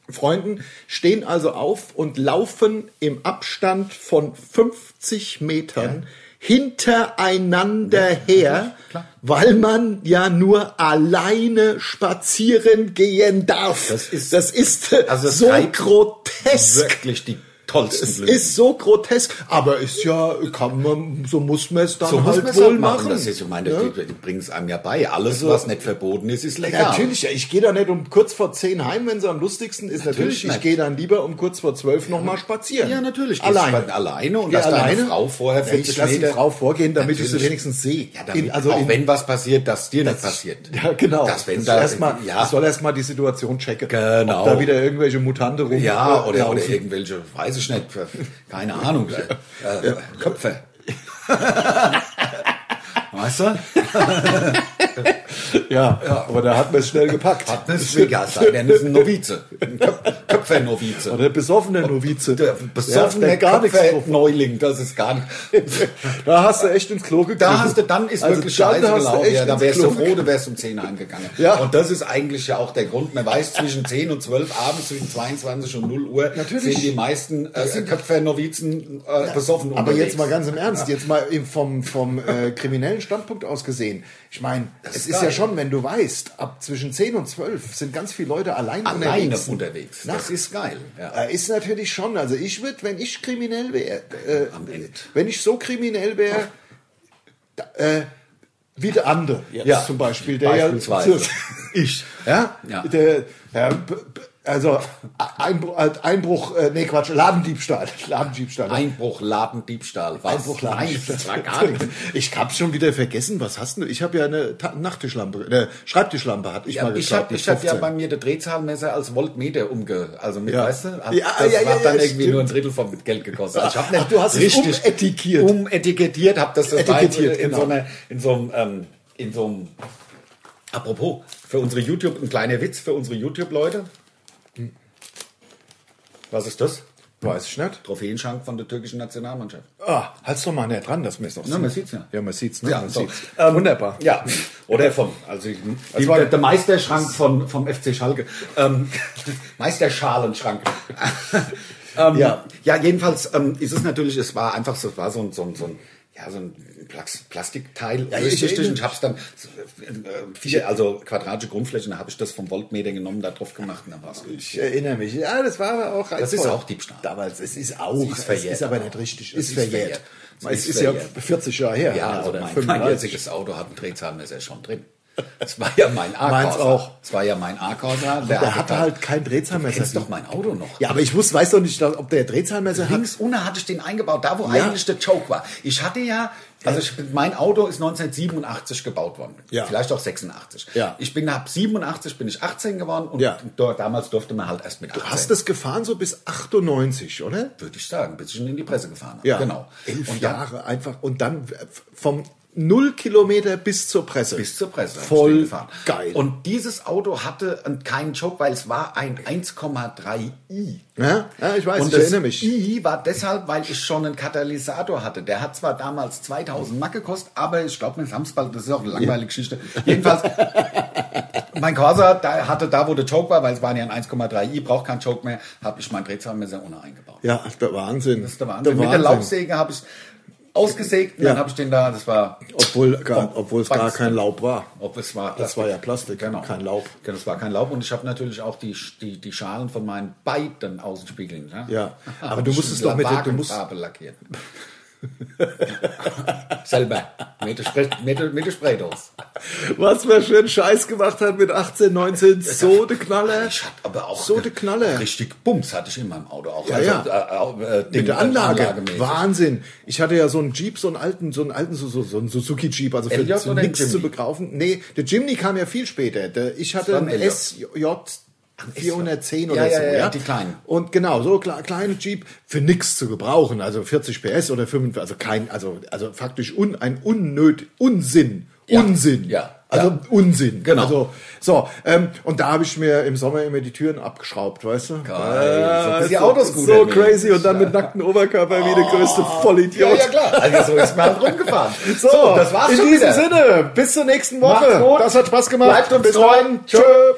Freunden stehen also auf und laufen im Abstand von 50 Metern hintereinander her,
klar.
weil man ja nur alleine spazieren gehen darf.
Das ist-
das ist
Also es
so
treibt
grotesk.
Wirklich die tollsten
Es
Blöden.
ist so grotesk, aber ist ja, kann man, so muss man es dann
so muss
halt
man es
wohl
halt
machen.
machen. Das ist, ich meine,
Ja.
die, die bringen es einem ja bei. Alles, was nicht verboten ist, ist legal.
Ja, natürlich, ja, ich gehe da nicht um kurz vor 10 heim, wenn es am lustigsten ist. Natürlich,
Natürlich
ich
nicht.
gehe dann lieber um kurz vor 12 noch nochmal spazieren.
Ja, natürlich. Gehst
Alleine.
du dann alleine und
Geh
lass deine Frau vorher
Ja, ich
40
lasse die
Meter-
Frau vorgehen, damit ich sie
Natürlich.
wenigstens sehe.
Ja, damit,
In- also
auch
in-
wenn was passiert, dass dir nicht passiert.
Ja, genau.
Dass wenn
ich
da,
erst mal,
ja,
Ich soll erstmal die Situation checken.
Genau.
Ob da wieder irgendwelche Mutante rum. äh,
ja, oder, oder
laufen.
irgendwelche, weiß ich nicht, keine Ahnung, äh, äh, Köpfe. weißt du?
ja. aber da hat man es schnell gepackt.
Hat das Vegas, der ist ein Novize. Ein Köp Köpfer-Novize.
Oder besoffene Novize.
Der
Ja,
besoffene
der gar nichts drauf.
Köpfer-Neuling, das ist gar nicht.
Da hast du echt ins Klo gegriffen. Also
Da hast du, dann ist wirklich
dann
scheiße
hast du
gelaufen.
echt
Ja, da
ins
wärst
Klo
du froh, du wärst um 10 heimgegangen.
Ja.
Und das ist eigentlich ja auch der Grund. Man weiß, zwischen 10 und 12 abends, zwischen 22 und 0 Uhr
Natürlich.
sind die meisten äh, Köpfer-Novizen äh, besoffen
Aber
unterwegs.
jetzt mal ganz im Ernst, jetzt mal im- vom, vom äh, kriminellen Standpunkt aus gesehen. Ich meine, es
ist
ist
geil.
ja schon, wenn du weißt, ab zwischen 10 und 12 sind ganz viele Leute allein
alleine
unterwegs.
unterwegs.
Nachts.
Das ist geil. Ja.
Äh, Ist natürlich schon, also ich würde, wenn ich kriminell wäre, äh,
Am Ende.
wenn ich so kriminell wäre, äh, wie der andere jetzt
Ja.
zum Beispiel, der
Beispielsweise.
ja,
Ich.
ja,
Ja.
Der, ja, b- b- also Einbruch, Einbruch, äh, nee Quatsch, Ladendiebstahl, Ladendiebstahl.
Einbruch, Laden, Diebstahl. Was?
Einbruch
Nein, das war gar nichts.
Ich hab's schon wieder vergessen. Was hast du? Ich habe ja eine Ta Nachttischlampe, eine Schreibtischlampe hatte ich
Ja,
mal
ich
gekauft
habe
mit
ich hab ja
15.
bei mir der Drehzahlmesser als Voltmeter umge... Also, mit,
Ja.
weißt du? Hat,
Ja,
das
ja, ja,
hat dann
ja,
irgendwie nur ein
stimmt.
Drittel vom Geld gekostet. Also ich hab
Ach, du hast es umetikettiert.
Umetikettiert, habe das
Etikettiert,
etikettiert, in,
genau.
so einer, in so einem... Ähm, in so einem apropos, für unsere YouTube... Ein kleiner Witz für unsere YouTube-Leute.
Hm.
Was ist das?
Weiß ich nicht.
Trophäenschank von der türkischen Nationalmannschaft.
Ah, halt's doch mal näher dran, dass man es noch
Na, man sieht's ja.
Ja, man sieht's, ne?
Ja, Ähm,
man
so.
sieht's. Wunderbar.
Ja, oder von, also ich- die,
war-
der, der Meisterschrank von, vom FC Schalke. Ähm, Meisterschalenschrank. ähm,
Ja.
ja. ja, jedenfalls ähm, ist es natürlich, es war einfach so, es war so ein, so ein, so ein ja, so ein Plax- Plastikteil ja,
ich-
durchgestrichen. Ich hab's dann, äh, vier, also quadratische Grundflächen, da habe ich das vom Voltmeter genommen, da drauf gemacht und dann war's gut.
Ich erinnere mich. Ja, das war aber auch reizvoll.
ist auch Diebstahl.
Damals, es ist auch.
Es ist verjährt.
Es ist aber nicht richtig. Es
Es
ist
ist
verjährt.
verjährt.
Es
Es
ist
ist
ja
verjährt.
40 Jahre her.
Ja, also
oder
mein, mein
35.
jetziges Auto hat ein Drehzahlmesser schon drin. Das war ja mein A-Corsa.
Meins auch.
Das war ja mein A-Corsa. Der,
Der hatte halt kein Drehzahlmesser.
Kennst doch mein Auto noch.
Ja, aber ich wusste, weiß doch nicht, ob der Drehzahlmesser hat.
Links unten hatte ich den eingebaut, da wo
Ja.
eigentlich der Joke war. Ich hatte ja, also ich, bin- mein Auto ist 1987 gebaut worden.
Ja.
Vielleicht auch 86.
Ja.
Ich bin ab 87 bin ich 18 geworden und
Ja.
do- damals durfte man halt erst mit 18.
Hast das gefahren so bis 98, oder?
würde ich sagen, bis ich ihn in die Presse gefahren habe. Genau.
Elf
und dann
Jahre einfach und dann vom null Kilometer bis zur Presse.
bis zur Presse. habe ich
Voll
den gefahren.
geil.
Und dieses Auto hatte einen- keinen Joke, weil es war ein 1,3i.
ja, ja, ich weiß,
Und
ich
das
erinnere mich.
I war deshalb, weil ich schon einen Katalysator hatte. Der hat zwar damals 2000 Mark gekostet, aber ich glaube, mit Samsball, das ist auch eine langweilige Geschichte. Jedenfalls, mein Corsa da hatte da, wo der Choke war, weil es waren ja ein 1,3i, braucht kein Choke mehr, habe ich mein Drehzahlmesser ohne eingebaut.
Ja, der Wahnsinn.
Das ist der Wahnsinn. Mit der Laubsäge habe ich ausgesägt und
Ja.
dann habe ich den da, das war,
Obwohl, gar, obwohl es gar
Bangst.
kein Laub war.
ob es war
Das war ja Plastik, kein Laub.
Genau, das war kein Laub und ich habe natürlich auch die, die, die Schalen von meinen beiden Außenspiegeln. Ne?
Ja, aber
Hab
du
ich
musstest doch mit der- du musst-
Wagenfarbe lackiert. Selber. Mit der, Spray, mit, der, mit der Spraydose.
Was man schön Scheiß gemacht hat mit 18, 19, so de Knaller.
Ich hatte aber auch
So der Knaller.
richtig Bums hatte ich in meinem Auto auch.
Ja,
ja. Äh, äh, Ding,
Mit der
äh,
Anlage.
anlagemäßig.
Wahnsinn. Ich hatte ja so einen Jeep, so einen alten, so einen alten so, so, so einen Suzuki Jeep, also für
LJ
zu
oder ein
nichts zu
Jimny?
begraufen. Nee, der Jimny kam ja viel später. Der, ich hatte
war
einen
ein LJ.
SJ 410 oder
Ja, ja,
so,
ja, die kleinen.
Und genau, so kle- kleine Jeep für nichts zu gebrauchen, also 40 PS oder 55, also kein also also faktisch un, ein unnötig Unsinn.
Ja.
Unsinn.
Ja.
Also
Ja.
Unsinn.
Genau.
Also, so, ähm, und da habe ich mir im Sommer immer die Türen abgeschraubt, weißt
Geil.
du?
So ein
Ja,
bisschen
Ah, so-
Autoscooter
Äh, also So
mäßig,
crazy und dann mit nacktem Oberkörper wie der größte
Oh. Ja,
Vollidiot.
ja, klar. Also so ist man halt rumgefahren.
So,
das war's
In
schon
diesem
wieder.
Sinne, bis zur nächsten Woche.
Macht's gut.
Das hat Spaß gemacht.
Bleibt uns
bis
treu.
dann. Tschö.